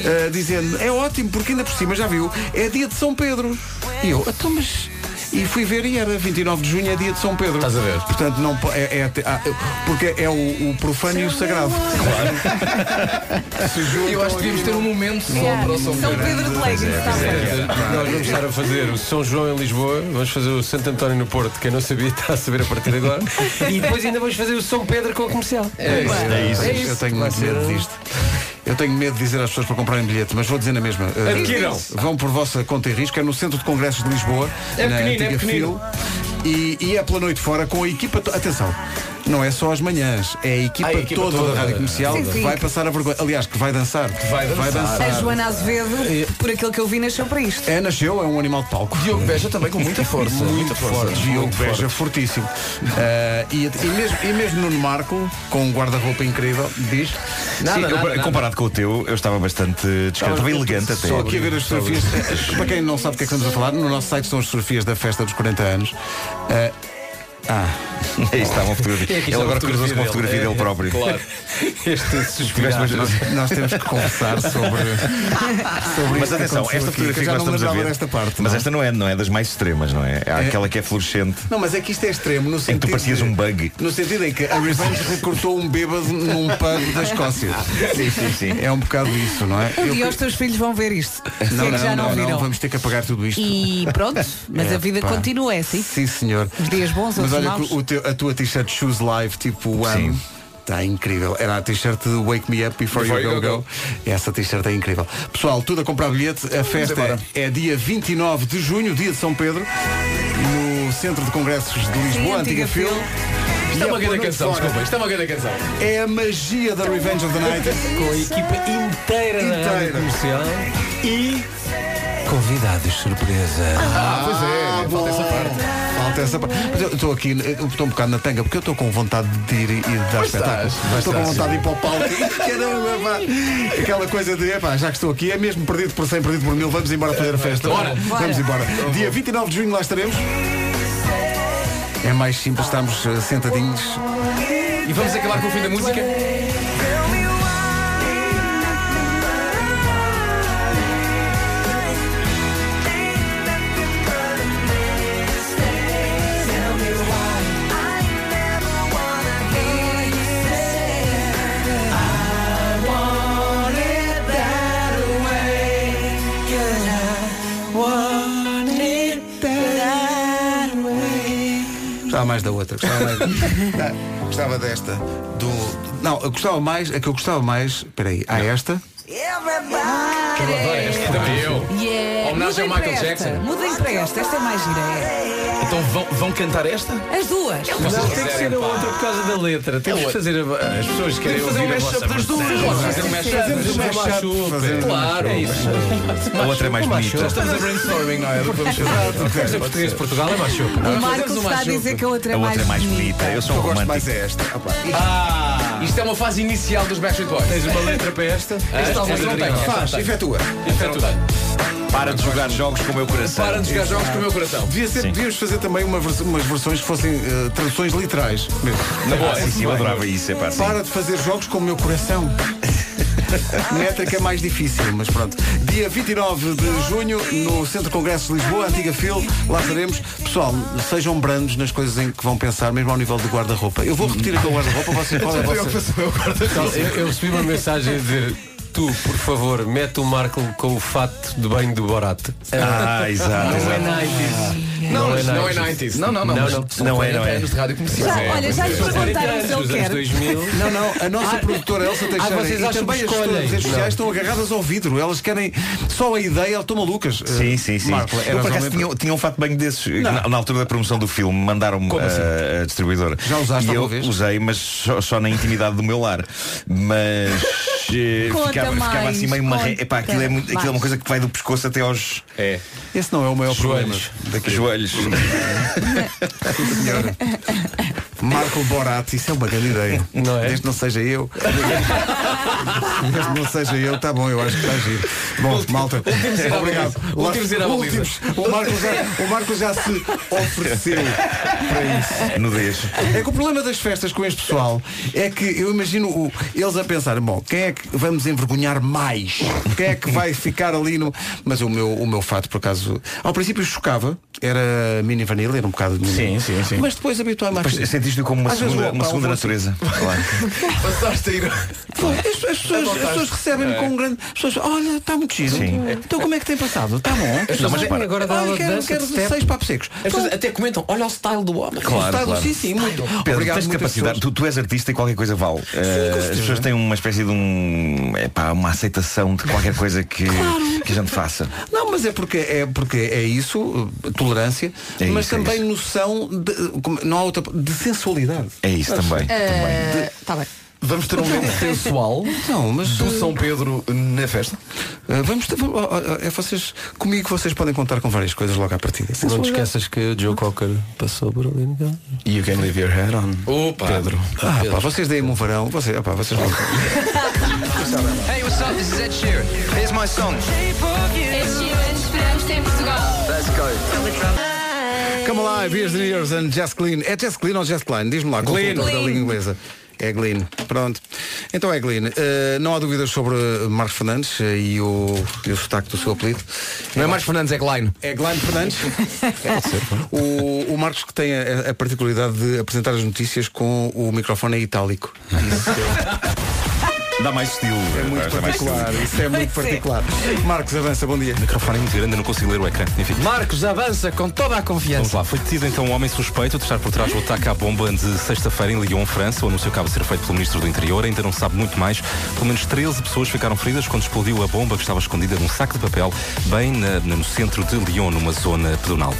eh, dizendo: é ótimo, porque ainda por cima, já viu, é dia de São Pedro. E eu, então, mas. E fui ver e era 29 de junho, é dia de São Pedro.
Estás a ver?
Portanto, não, po- é, é até- ah, porque é o, o profano e o sagrado.
Eu acho que devíamos ter um momento só
Yeah.
para o São
São
Pedro. é,
Pedro de leggings, está bem.
é, Nós vamos estar a fazer o São João em Lisboa, vamos fazer o Santo António no Porto, quem não sabia está a saber a partir de agora, e depois ainda vamos fazer o São Pedro com a comercial.
É isso,
É isso.
Eu tenho muito medo disto. Eu tenho medo de dizer às pessoas para comprarem bilhete, mas vou dizer na mesma. Eh,
Adquiram.
Vão por vossa conta e risco. É no Centro de Congressos de Lisboa,
É
na
pequenino, é
antiga
pequenino.
Fil. E, e é pela noite fora com a equipa. to- Atenção, não é só as manhãs, é a equipa,
Ah, a equipa
toda,
toda.
da Rádio Comercial
Sim, sim.
vai passar a vergonha. Aliás, que vai Eh, dançar.
vai dançar.
A Joana Azevedo, por aquilo que eu vi, nasceu para isto.
É, nasceu, é um animal de palco.
Diogo Beja também com muita força. muita força.
Diogo Beja fortíssimo. Eh, e, e mesmo, e mesmo Nuno Marco, com um guarda-roupa incrível, diz.
Sim, eu, comparado com o teu, eu estava bastante discreto. Estava elegante até.
Só aqui a ver as fotografias. Para quem não sabe o que é que estamos a falar, no nosso site estão as fotografias da festa dos 40 anos. Ah,
Aí está uma fotografia. Ele agora cruzou-se com é a fotografia dele É, próprio.
Claro
Este
Tiveste
suspirar.
uma-
nós, nós temos que conversar sobre. sobre
Mas
isto que aconteceu
atenção,
aqui, que
esta fotografia
eu
que
já
nós
não me
estamos a
lembrava
ver.
desta parte.
mas
não.
esta não é, não é das mais extremas, não é? É aquela que é fluorescente.
Não, mas é que isto é extremo no
É que
sentido.
tu parecias
de-
um bug.
No sentido em que a Revenge recortou um bêbado num pub da Escócia.
Sim, sim, sim.
É um bocado isso, não é?
E um os teus filhos vão ver isto. Se é
Não,
que
não,
já não,
não, não,
viram.
vamos ter que apagar tudo isto.
E pronto, mas a vida
Epá.
continua, é assim.
Sim, senhor.
Os dias bons,
Mas
outros
olha,
maus.
que o teu- a tua t-shirt Shoes Live, tipo o Amo.
Sim.
Está incrível. Era a t-shirt de Wake Me Up Before, You Go Go. Essa t-shirt é incrível. Pessoal, tudo a comprar bilhete. A festa
embora.
é dia 29 de junho, dia de São Pedro, no Centro de Congressos de Lisboa,
Sim,
Antiga
Antiga
Fil.
Fil.
Isto é uma grande canção,
fora.
desculpa. Isto é uma grande canção.
É a magia da Revenge of the Night
Com a equipa inteira da rádio comercial
e
convidados surpresa.
Ah, pois é, falta essa parte. Falta essa parte. Mas eu estou aqui, eu estou um bocado na tanga, porque eu estou com vontade de ir e de dar
Pois
espetáculo.
estás, pois
Estou com
estás.
vontade de ir para o palco. Caramba, pá. Aquela coisa de, epá, já que estou aqui, é mesmo perdido por 100, perdido por mil, vamos embora fazer a festa.
Bora.
Vamos embora. Dia 29 de junho lá estaremos. É mais simples, estamos eh, sentadinhos.
E vamos acabar com o fim da música?
Gostava mais da outra. Gostava, mais... Ah, gostava desta. Do... Não, eu gostava mais, a que eu gostava mais, peraí, há esta.
Eu adoro esta. Também eu.
Yeah.
Homenagem ao
Mudem
Michael
para esta.
Jackson.
Mudem para esta, esta é mais gira. é.
Então vão, vão cantar esta?
As duas.
Não, Vocês tem que quiserem, ser a pá. outra
por causa da letra.
Temos que fazer
as pessoas
querem fazer ouvir um a mashup vossa das versão. duas. Vamos fazer um mashup. Fazemos um mashup. Fazemos um
Claro.
mashup.
É isso.
A outra é mais bonita.
Já estamos a brainstorming, não é? Do que vamos fazer.
Exato.
Pode
Festa
ser.
portuguesa de Portugal é machuca.
O Marcos está a dizer que a outra é,
A
mais,
outra é mais bonita. Eu sou um
gosto
romântico.
mais é esta. Ah, pá.
Ah, isto é uma fase inicial dos Backstreet Boys.
Tens uma letra para esta?
Esta
Esta
talvez
é
não
incrível.
tenha. Esta
Faz,
não tenho.
efetua.
Esta não tenho.
Para de jogar jogos com o meu coração.
Para de jogar jogos com o meu coração.
Devia ser, devíamos fazer também uma vers- umas versões que fossem eh, traduções literais. mesmo. Ah,
Na boa, sim, sim, eu adorava isso, é pá, sim.
Para de fazer jogos com o meu coração. Métrica mais difícil, mas pronto. Dia 29 de junho, no Centro de Congressos de Lisboa, Antiga Fil, lá estaremos. Pessoal, sejam brandos nas coisas em que vão pensar, mesmo ao nível do guarda-roupa. Eu vou repetir aquele guarda-roupa, vocês podem.
Então,
Vocês...
Então, Eu, eu recebi uma mensagem a dizer. Tu, por favor, mete o Marco com o fato de banho do Borat.
Ah, exato,
Não é
exato.
90s.
Não, mas não é 90s.
Não, não, não.
Não,
mas
não.
são
Não é,
40
não é.
anos de rádio comercial.
Já, olha, já lhes perguntaram se eu
Dos anos
quero.
2000.
Não, não, a nossa produtora Elsa Teixeira
Ah, vocês
e
acham
também
que
as pessoas
escolhem?
das redes sociais
Não.
estão agarradas ao vidro. Elas querem só a ideia, elas estão malucas.
Sim, sim, sim.
Marco,
eu
eras
por acaso
homem-
tinha, tinha um fato de banho desses. Na, na altura da promoção do filme, mandaram-me
Como
a-
assim?
a, distribuidora.
Já usaste
e eu
alguma vez?
usei, mas só, só na intimidade do meu lar. Mas eh,
Conta
ficava, ficava
mais,
assim meio marre...
conta
Epá, aquilo é, muito- aquilo é uma
mais.
coisa que vai do pescoço até aos
É.
Esse não é o maior
Joelhos.
daqui. joelhos.
problema. Marco Borat, isso é uma grande ideia.
Não é?
Desde que não seja eu. Desde que não seja eu, tá bom, eu acho que está giro. Bom, malta.
últimos ir à
Obrigado.
baliza. Últimos ir à baliza.
Últimos. O Marco, já, o Marco já se ofereceu para isso.
Nudez.
É que o problema das festas com este pessoal é que eu imagino o- eles a pensar, bom, quem é que vamos envergonhar mais? Quem é que vai ficar ali no. Mas o meu, o meu fato, por acaso, ao princípio chocava, era mini vanilla, era um bocado de mini.
Sim, sim, sim.
Mas depois habituei mais.
Mas Sentiste-o como uma
Às vezes
segunda,
vou-
uma
pá,
segunda
vou-
natureza. Claro.
Passaste a ir.
Pô, As, as pessoas, as pessoas recebem-me com um grande. As pessoas, olha, está muito giro.
Sim.
Então como é que tem passado? Está bom.
pessoas
Olha,
agora dá aula de
quero,
dança,
quero
de step.
seis papos secos.
As pessoas até comentam, olha o style do homem.
Claro,
Está-
claro.
Sim, sim, muito.
Pedro,
Obrigado,
tens
muitas
capacidade,
pessoas.
tu, tu és artista e qualquer coisa vale. Eh, as pessoas têm uma espécie de um, epá, uma aceitação de qualquer coisa que, que a gente faça.
Não, mas é porque é, porque é isso, eh, tolerância,
É
mas
isso, é
também
isso.
noção de, como- não há outra, de sensualidade.
É isso também.
Eh, tá
Está bem.
Vamos ter um momento sensual
Não, mas
do
eh,
São Pedro na festa.
eh, vamos ter, vamos- ó, ó, é vocês comigo vocês podem contar com várias coisas logo à partida.
Não te
Sensualidade.
esqueças que o Joe Cocker passou por ali. não é?
You can leave your head on.
Opa. Pedro.
Ah, pá, vocês deem-me um varão, vocês, ah, pá, vocês vão.
Hey, what's up? This is Ed Sheeran. Here's my song. Let's go.
Come alive, here's the years and Jess Glynn. É Jess Glynn ou Jess Glynn? Diz-me lá,
Glynn.
consultor da língua inglesa. É Glynn. Pronto. Então é Glynn. Eh, não há dúvidas sobre Marcos Fernandes eh, e o, e o sotaque do seu apelido.
Não é mais Fernandes, é Klein.
É Glenn Fernandes. o, o Marcos que tem a, a é particularidade de apresentar as notícias com o microfone em itálico. Isso
Dá mais estilo.
É muito
Dá mais estilo.
particular, isso é muito particular. Marcos, avança, bom dia.
microfone é muito grande, eu não consigo ler o ecrã. Enfim.
Marcos avança com toda a
Vamos
confiança.
lá, foi detido então um homem suspeito de estar por trás do ataque à bomba de sexta-feira em Lyon, França. O anúncio acaba de ser feito pelo Ministro do Interior, ainda não se sabe muito mais. Pelo menos 13 pessoas ficaram feridas quando explodiu a bomba que estava escondida num saco de papel, bem na- na- no centro de Lyon, numa zona pedonal.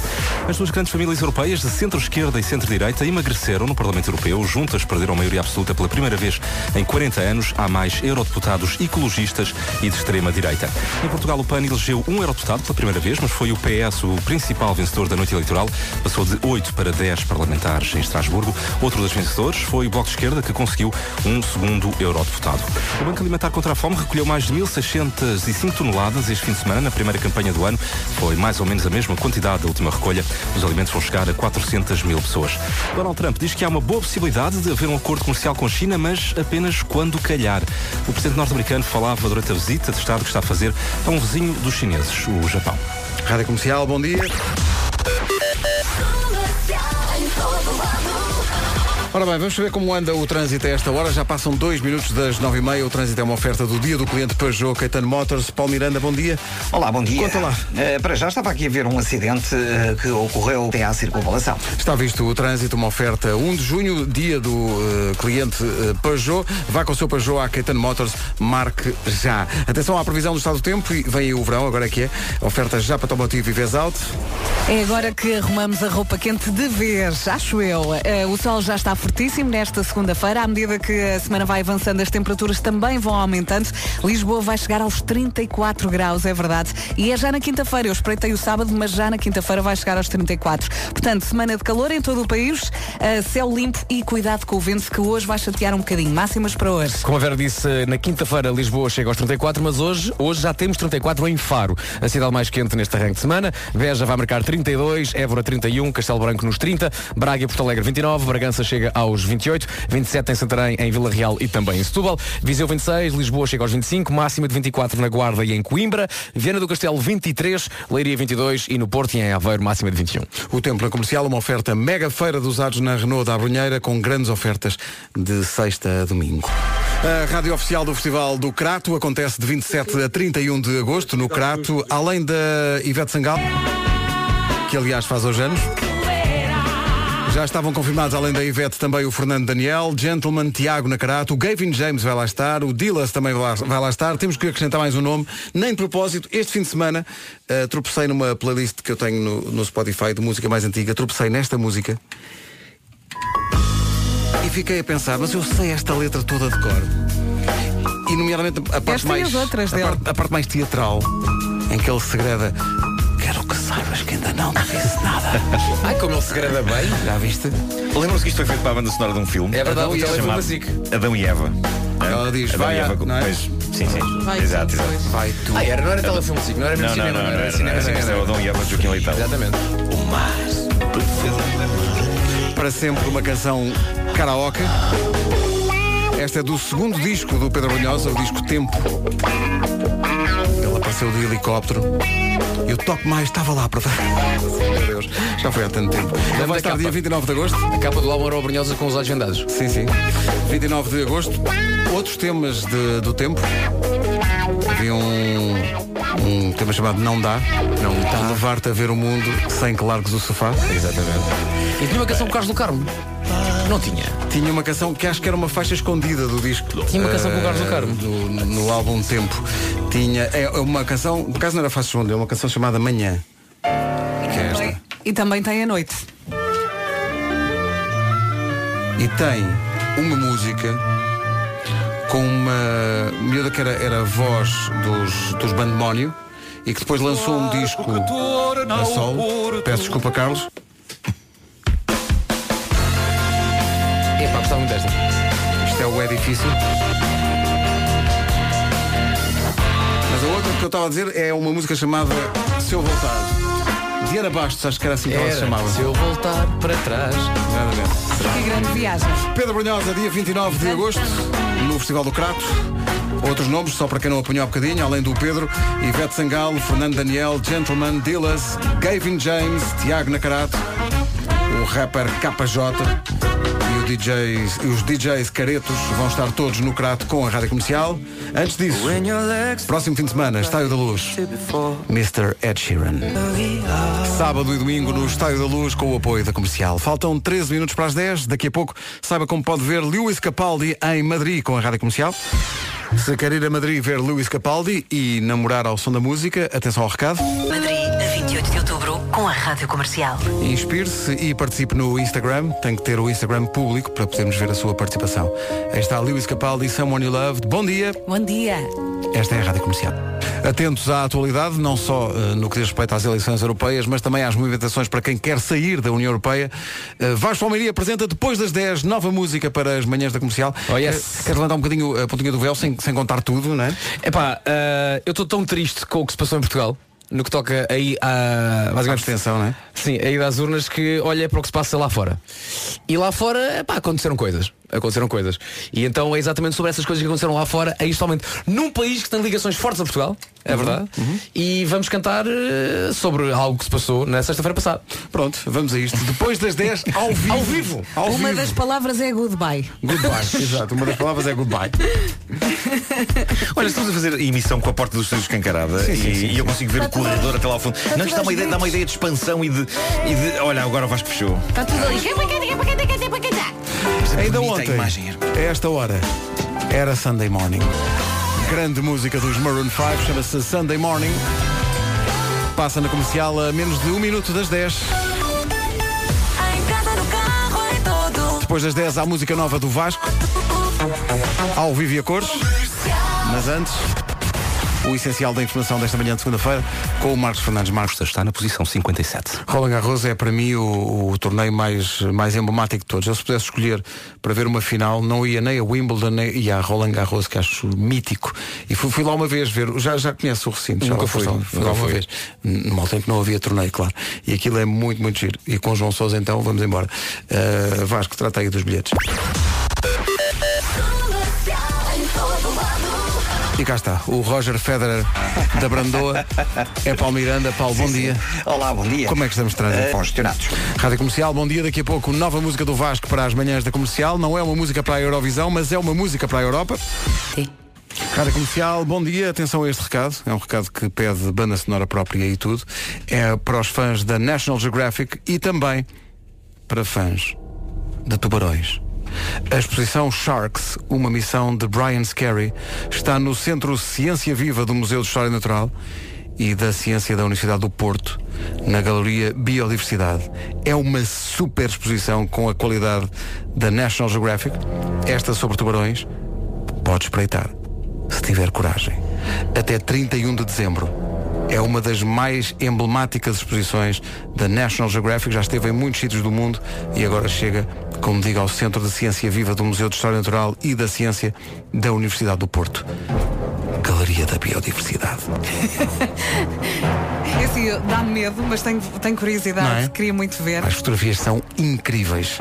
As duas grandes famílias europeias, de centro-esquerda e centro-direita, emagreceram no Parlamento Europeu. Juntas perderam a maioria absoluta pela primeira vez em 40 anos. Há mais eurodeputados ecologistas e de extrema-direita. Em Portugal, o PAN elegeu um eurodeputado pela primeira vez, mas foi o PS o principal vencedor da noite eleitoral. Passou de 8 para 10 parlamentares em Estrasburgo. Outro dos vencedores foi o Bloco de Esquerda, que conseguiu um segundo eurodeputado. O Banco Alimentar contra a Fome recolheu mais de 1.605 toneladas este fim de semana, na primeira campanha do ano. Foi mais ou menos a mesma quantidade da última recolha. Os alimentos vão chegar a 400 mil pessoas. Donald Trump diz que há uma boa possibilidade de haver um acordo comercial com a China, mas apenas quando calhar. O presidente norte-americano falava durante a visita de Estado que está a fazer a um vizinho dos chineses, o Japão.
Rádio Comercial, bom dia. Ora bem, vamos saber como anda o trânsito a esta hora. Já passam dois minutos das nove e meia. O trânsito é uma oferta do dia do cliente Peugeot, Caetano Motors. Paulo Miranda, bom dia.
Olá, bom dia.
Conta lá.
Eh, para já estava aqui a ver um acidente eh, que ocorreu até à circunvalação.
Está visto o trânsito, uma oferta 1 de junho, dia do eh, cliente eh, Peugeot. Vá com o seu Peugeot à Caetano Motors, marque já. Atenção à previsão do estado do tempo e vem aí o verão, agora é que é. Oferta já para Tomotivo e Vesalto.
É agora que arrumamos a roupa quente de vez, acho eu. Eh, o sol já está fortíssimo nesta segunda-feira. À medida que a semana vai avançando, as temperaturas também vão aumentando. Lisboa vai chegar aos 34 graus, é verdade. E é já na quinta-feira. Eu espreitei o sábado, mas já na quinta-feira vai chegar aos 34. Portanto, semana de calor em todo o país, eh, céu limpo e cuidado com o vento, que hoje vai chatear um bocadinho. Máximas para hoje.
Como a Vera disse, na quinta-feira Lisboa chega aos 34, mas hoje, hoje já temos 34 em Faro, a cidade mais quente neste arranque de semana. Beja vai marcar 32, Évora 31, Castelo Branco nos 30, Braga e Porto Alegre 29, Bragança chega aos 28, 27 em Santarém, em Vila Real e também em Setúbal, Viseu 26, Lisboa chega aos 25, máxima de 24 na Guarda e em Coimbra, Viana do Castelo 23, Leiria 22 e no Porto e um. em Aveiro máxima de 21.
O tempo na comercial, uma oferta mega feira dos usados na Renault da Brunheira, com grandes ofertas de sexta a domingo. A rádio oficial do Festival do Crato acontece de 27 a 31 de agosto no Crato, além da Ivete Sangal, que aliás faz hoje anos. Já estavam confirmados, além da Ivete, também o Fernando Daniel, Gentleman, Tiago Nacarato, o Gavin James vai lá estar, o Dillas também vai lá, vai lá estar. Temos que acrescentar mais um nome. Nem de propósito, este fim de semana eh, tropecei numa playlist que eu tenho no, no Spotify de música mais antiga, tropecei nesta música e fiquei a pensar, mas eu sei esta letra toda de cor. E nomeadamente a parte
Esta e
mais.
as outras
a,
dele.
parte, a parte mais teatral, em que ele segreda. Quero que saibas que ainda não te disse nada.
Ai, como ele segreda bem.
Já viste?
Lembram-se que isto foi feito para a banda sonora de um filme?
É verdade,
Adão
o
e Eva.
telefilme
Chamado
básico.
Adão e Eva.
Ela diz,
Adão
vai,
e Eva,
não é?
pois, sim, sim.
Vai,
exato,
sim,
exato.
Vai tu.
Ah, era, não era telefilme não era mesmo
Não, não,
cinema,
não, não, era,
cinema,
não
é
era,
cinema.
era o Adão e Eva de Joaquim Leitão.
Exatamente.
Para sempre uma canção karaoke. Esta é do segundo disco do Pedro Brunhosa, o disco Tempo. Ele apareceu de helicóptero. E o Top Mais estava lá para Meu Deus, já foi há tanto tempo. Ele vai estar dia 29 de agosto.
A capa do álbum era o Brunhosa com os olhos vendados.
Sim, sim. 29 de agosto. Outros temas de- do tempo. Havia um, um tema chamado Não Dá. Não dá. Levar-te a ver o mundo sem que largues o sofá.
Exatamente. E tinha uma canção com Carlos do Carmo. Não tinha.
Tinha uma canção que acho que era uma faixa escondida do disco.
Tinha uma canção com o
eh,
Carlos do Carmo.
do- no álbum Tempo. Tinha é, uma canção, por acaso não era faixa escondida, é uma canção chamada Manhã. Que é esta.
E também tem a noite.
E tem uma música com uma miúda que era, era a voz dos, dos Bandemónio e que depois lançou um disco a sol. Peço desculpa, Carlos.
Epá, gostava muito desta.
Isto é o É Difícil. Mas a outra que eu estava a dizer é uma música chamada Se Eu Voltar. Diana Bastos, acho que era assim que ela se
Era,
chamava.
Se eu voltar para trás.
Exatamente.
Que grande viagem.
Pedro Brunhosa, dia 29 de agosto, no Festival do Crato. Outros nomes, só para quem não apanhou há bocadinho, além do Pedro, Ivete Sangalo, Fernando Daniel, Gentleman, Dillas, Gavin James, Tiago Nacarato, o rapper KJ e o DJs, os DJs caretos vão estar todos no Crato com a Rádio Comercial. Antes disso, próximo fim de semana, Estádio da Luz, Mr. Ed Sheeran. Sábado e domingo no Estádio da Luz com o apoio da Comercial. Faltam 13 minutos para as 10. Daqui a pouco, saiba como pode ver Lewis Capaldi em Madrid com a Rádio Comercial. Se quer ir a Madrid ver Lewis Capaldi e namorar ao som da música, atenção ao recado.
Madrid, a 28 de outubro, com a Rádio Comercial.
Inspire-se e participe no Instagram. Tem que ter o Instagram público para podermos ver a sua participação. Aí está Lewis Capaldi, Someone You Loved. Bom dia.
Bom dia.
Esta é a Rádio Comercial. Atentos à atualidade, não só eh, no que diz respeito às eleições europeias, mas também às movimentações para quem quer sair da União Europeia. Eh, Vasco Palmeirinho apresenta depois das 10 nova música para as manhãs da comercial.
Oh, yes.
Eh, Queres levantar um bocadinho a pontinha do véu sem, sem contar tudo, não é?
Epá, eh, eu estou tão triste com o que se passou em Portugal. No que toca aí à basicamente,
abstenção, não é?
Sim, aí das urnas que olha para o que se passa lá fora. E lá fora, pá, aconteceram coisas. Aconteceram coisas. E então é exatamente sobre essas coisas que aconteceram lá fora, aí somente num país que tem ligações fortes a Portugal,
Uhum,
é verdade. E vamos cantar eh, sobre algo que se passou na sexta-feira passada.
Pronto, vamos a isto. Depois das 10, ao vivo.
ao vivo.
Uma das palavras é goodbye.
Goodbye, exato. Uma das palavras é goodbye.
Olha, estamos a fazer emissão com a porta dos estúdios escancarada
Sim,
e,
sim, sim,
e eu consigo ver o corredor até lá ao fundo. Não, isto dá uma, ideia, dá uma ideia de expansão e de, e de- Olha, agora o Vasco fechou.
Está Tá tudo ali. Quem vai, quem vai, quem vai, quem vai, quem vai?
Ainda
bonita a
ontem,
imagem,
a esta hora, era Sunday Morning. Grande música dos Maroon 5, chama-se Sunday Morning. Passa na comercial a menos de um minuto das 10. Depois das 10 há a música nova do Vasco. Ao vivo e a cores. Mas antes, o essencial da informação desta manhã de segunda-feira com o Marcos Fernandes Marcos.
Está na posição 57.
Roland Garros é para mim o, o torneio mais, mais emblemático de todos. Eu se pudesse escolher para ver uma final, não ia nem a Wimbledon nem ia a Roland Garros, que acho mítico. E fui, fui lá uma vez ver, já, já conheço o recinto, já
Nunca
lá fui,
fui,
só- fui
nunca
lá uma
fui.
vez. N- Numa altura em que não havia torneio, claro. E aquilo é muito, muito giro. E com o João Sousa então vamos embora. Uh, Vasco, trata aí dos bilhetes. E cá está, o Roger Federer da Brandoa. É Paulo Miranda. Paulo, bom dia.
Olá, bom dia. Eh,
Como é que estamos de trânsito?
Congestionados.
Rádio Comercial, bom dia. Daqui a pouco, nova música do Vasco para as manhãs da comercial. Não é uma música para a Eurovisão, mas é uma música para a Europa.
Sim.
Rádio Comercial, bom dia. Atenção a este recado. É um recado que pede banda sonora própria e tudo. É para os fãs da National Geographic e também para fãs de tubarões. A exposição Sharks, uma missão de Brian Scarry, está no Centro Ciência Viva do Museu de História Natural e da Ciência da Universidade do Porto, na Galeria Biodiversidade. É uma super exposição com a qualidade da National Geographic, esta sobre tubarões. Pode espreitar, se tiver coragem. Até 31 de dezembro. É uma das mais emblemáticas exposições da National Geographic, já esteve em muitos sítios do mundo e agora chega, como digo, ao Centro de Ciência Viva do Museu de História Natural e da Ciência da Universidade do Porto. Galeria da Biodiversidade.
É assim, eu- dá-me medo, mas tenho, tenho curiosidade,
Não é?
queria muito ver.
As fotografias são incríveis.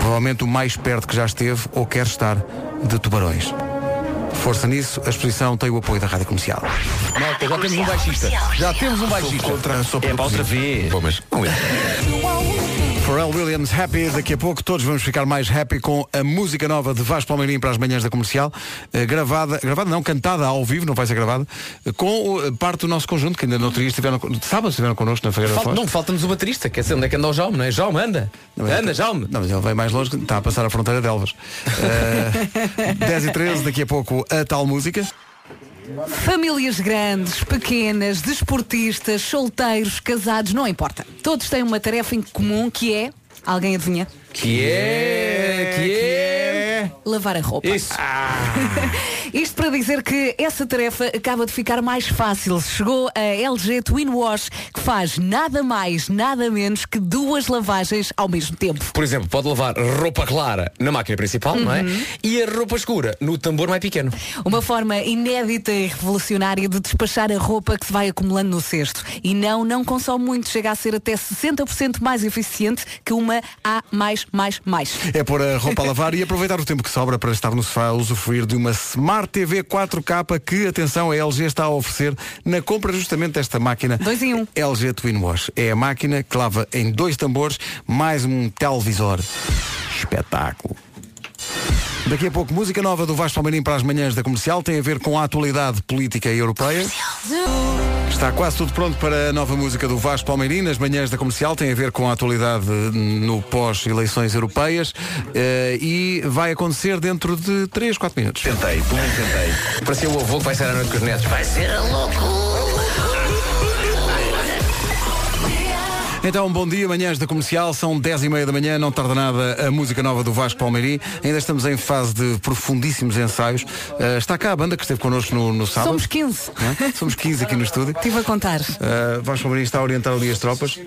Provavelmente o mais perto que já esteve ou quer estar de tubarões. Força nisso, a exposição tem o apoio da Rádio Comercial.
Malta, já temos um baixista. Já temos um baixista.
É para outra vez.
Bom, mas
é.
com ele.
Pharrell Williams Happy, daqui a pouco todos vamos ficar mais happy com a música nova de Vasco Palmeirinho para as manhãs da comercial, eh, gravada, gravada não, cantada ao vivo, não vai ser gravada, eh, com o- parte do nosso conjunto, que ainda não teria estiveram, con- sábado estiveram connosco na Feira da
Falta,
Foz.
não, falta-nos o baterista, quer dizer, onde é que anda o Jaume, não é? Jaume, anda. anda, Jaume.
Não, mas ele vai mais longe, está a passar a fronteira de Elvas. Eh, 10 e 13, daqui a pouco a tal música.
Famílias grandes, pequenas, desportistas, solteiros, casados, não importa. Todos têm uma tarefa em comum que é, alguém adivinha?
Que é, que é.
Lavar a roupa.
Isso.
Isto para dizer que essa tarefa acaba de ficar mais fácil. Chegou a LG Twin Wash, que faz nada mais, nada menos que duas lavagens ao mesmo tempo.
Por exemplo, pode levar roupa clara na máquina principal, não é?
Uhum.
E a roupa escura no tambor mais pequeno.
Uma forma inédita e revolucionária de despachar a roupa que se vai acumulando no cesto. E não, não consome muito, chega a ser até 60% mais eficiente que uma A mais, mais, mais.
É pôr a roupa a lavar e aproveitar o tempo que sobra para estar no sofá a usufruir de uma Smart TV 4K que, atenção, a LG está a oferecer na compra justamente desta máquina.
Dois em um.
LG Twin Wash. É a máquina que lava em dois tambores mais um televisor. espetáculo. Daqui a pouco, música nova do Vasco Palmeirim para as manhãs da comercial tem a ver com a atualidade política europeia. Está quase tudo pronto para a nova música do Vasco Palmeirim. Nas manhãs da comercial tem a ver com a atualidade no pós-eleições europeias eh, e vai acontecer dentro de 3, 4 minutos.
Tentei, pelo menos tentei. Parecia o avô que vai sair à noite com os netos. Vai ser a
Então, bom dia, manhãs da comercial, são 10 e meia da manhã, não tarda nada a música nova do Vasco Palmeirim. Ainda estamos em fase de profundíssimos ensaios. Eh, está cá a banda que esteve connosco no, no sábado.
Somos 15.
Não é? Somos 15 aqui no estúdio.
Estive a contar.
Uh, Vasco Palmeirim está a orientar ali as tropas.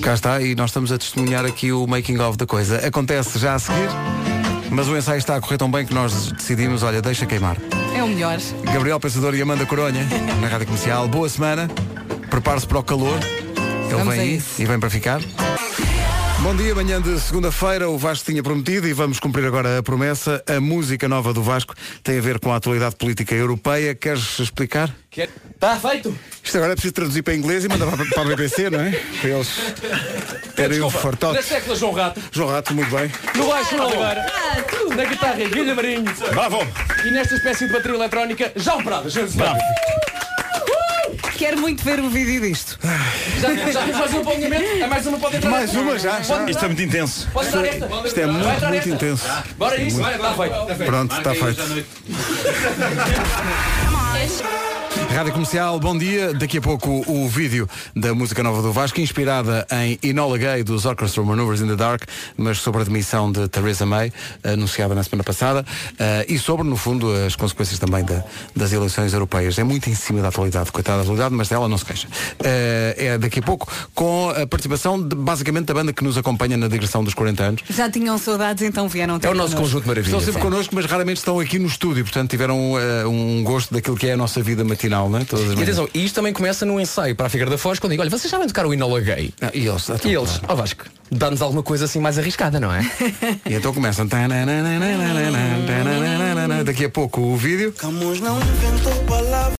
Cá está, e nós estamos a testemunhar aqui o making of da coisa. Acontece já a seguir, mas o ensaio está a correr tão bem que nós decidimos, olha, deixa queimar.
É o melhor.
Gabriel Pensador e Amanda Coronha, na Rádio Comercial. Boa semana. Prepare-se para o calor. Ele
Vamos
vem
a
aí
isso.
e vem para ficar. Bom dia, manhã de segunda-feira o Vasco tinha prometido e vamos cumprir agora a promessa. A música nova do Vasco tem a ver com a atualidade política europeia. Queres explicar?
Está feito?
Isto agora é preciso traduzir para inglês e mandar para, para a BBC, não é? Para eles terem o fartote.
século, João Rato.
João Rato, muito bem.
No baixo, Ah, João Oliveira. Na guitarra, Guilherme Marinho.
Bravo.
E nesta espécie de bateria eletrónica, João Prado. Bravo.
Quero muito ver o vídeo disto.
Já, já fiz mais um apontamento. É mais uma, pode entrar.
Mais uma
Tá,
já, já.
Pode entrar.
muito intenso.
Pode
Isto
entrar
é,
esta.
isto é
Vai
muito,
entrar
muito
esta.
intenso.
Bora isso,
Muito.
está feito.
Pronto, está feito. Rádio Comercial, bom dia. Daqui a pouco o vídeo da música nova do Vasco, inspirada em Enola Gay dos Orchestra Maneuvers in the Dark, mas sobre a demissão de Theresa May, anunciada na semana passada, eh, e sobre, no fundo, as consequências também da- das eleições europeias. É muito em cima da atualidade, coitada da atualidade, mas dela não se queixa. Eh, é daqui a pouco, com a participação, de, basicamente, da banda que nos acompanha na digressão dos 40 anos.
Já tinham saudades, então vieram
É
ter connosco.
Estão sempre connosco, mas raramente estão aqui no estúdio, portanto tiveram eh, um gosto daquilo que é a nossa vida matinal, não é? Todas as
E
manhãs.
atenção, isto também começa num ensaio para a Figueira da Foz, quando digo, olha, vocês sabem tocar o Inola Gay?
Ah, e eles, então, tá.
e eles ó Vasco, dá-nos alguma coisa assim mais arriscada, não é?
E então começam. Daqui a pouco o vídeo.
Camus não inventou palavras.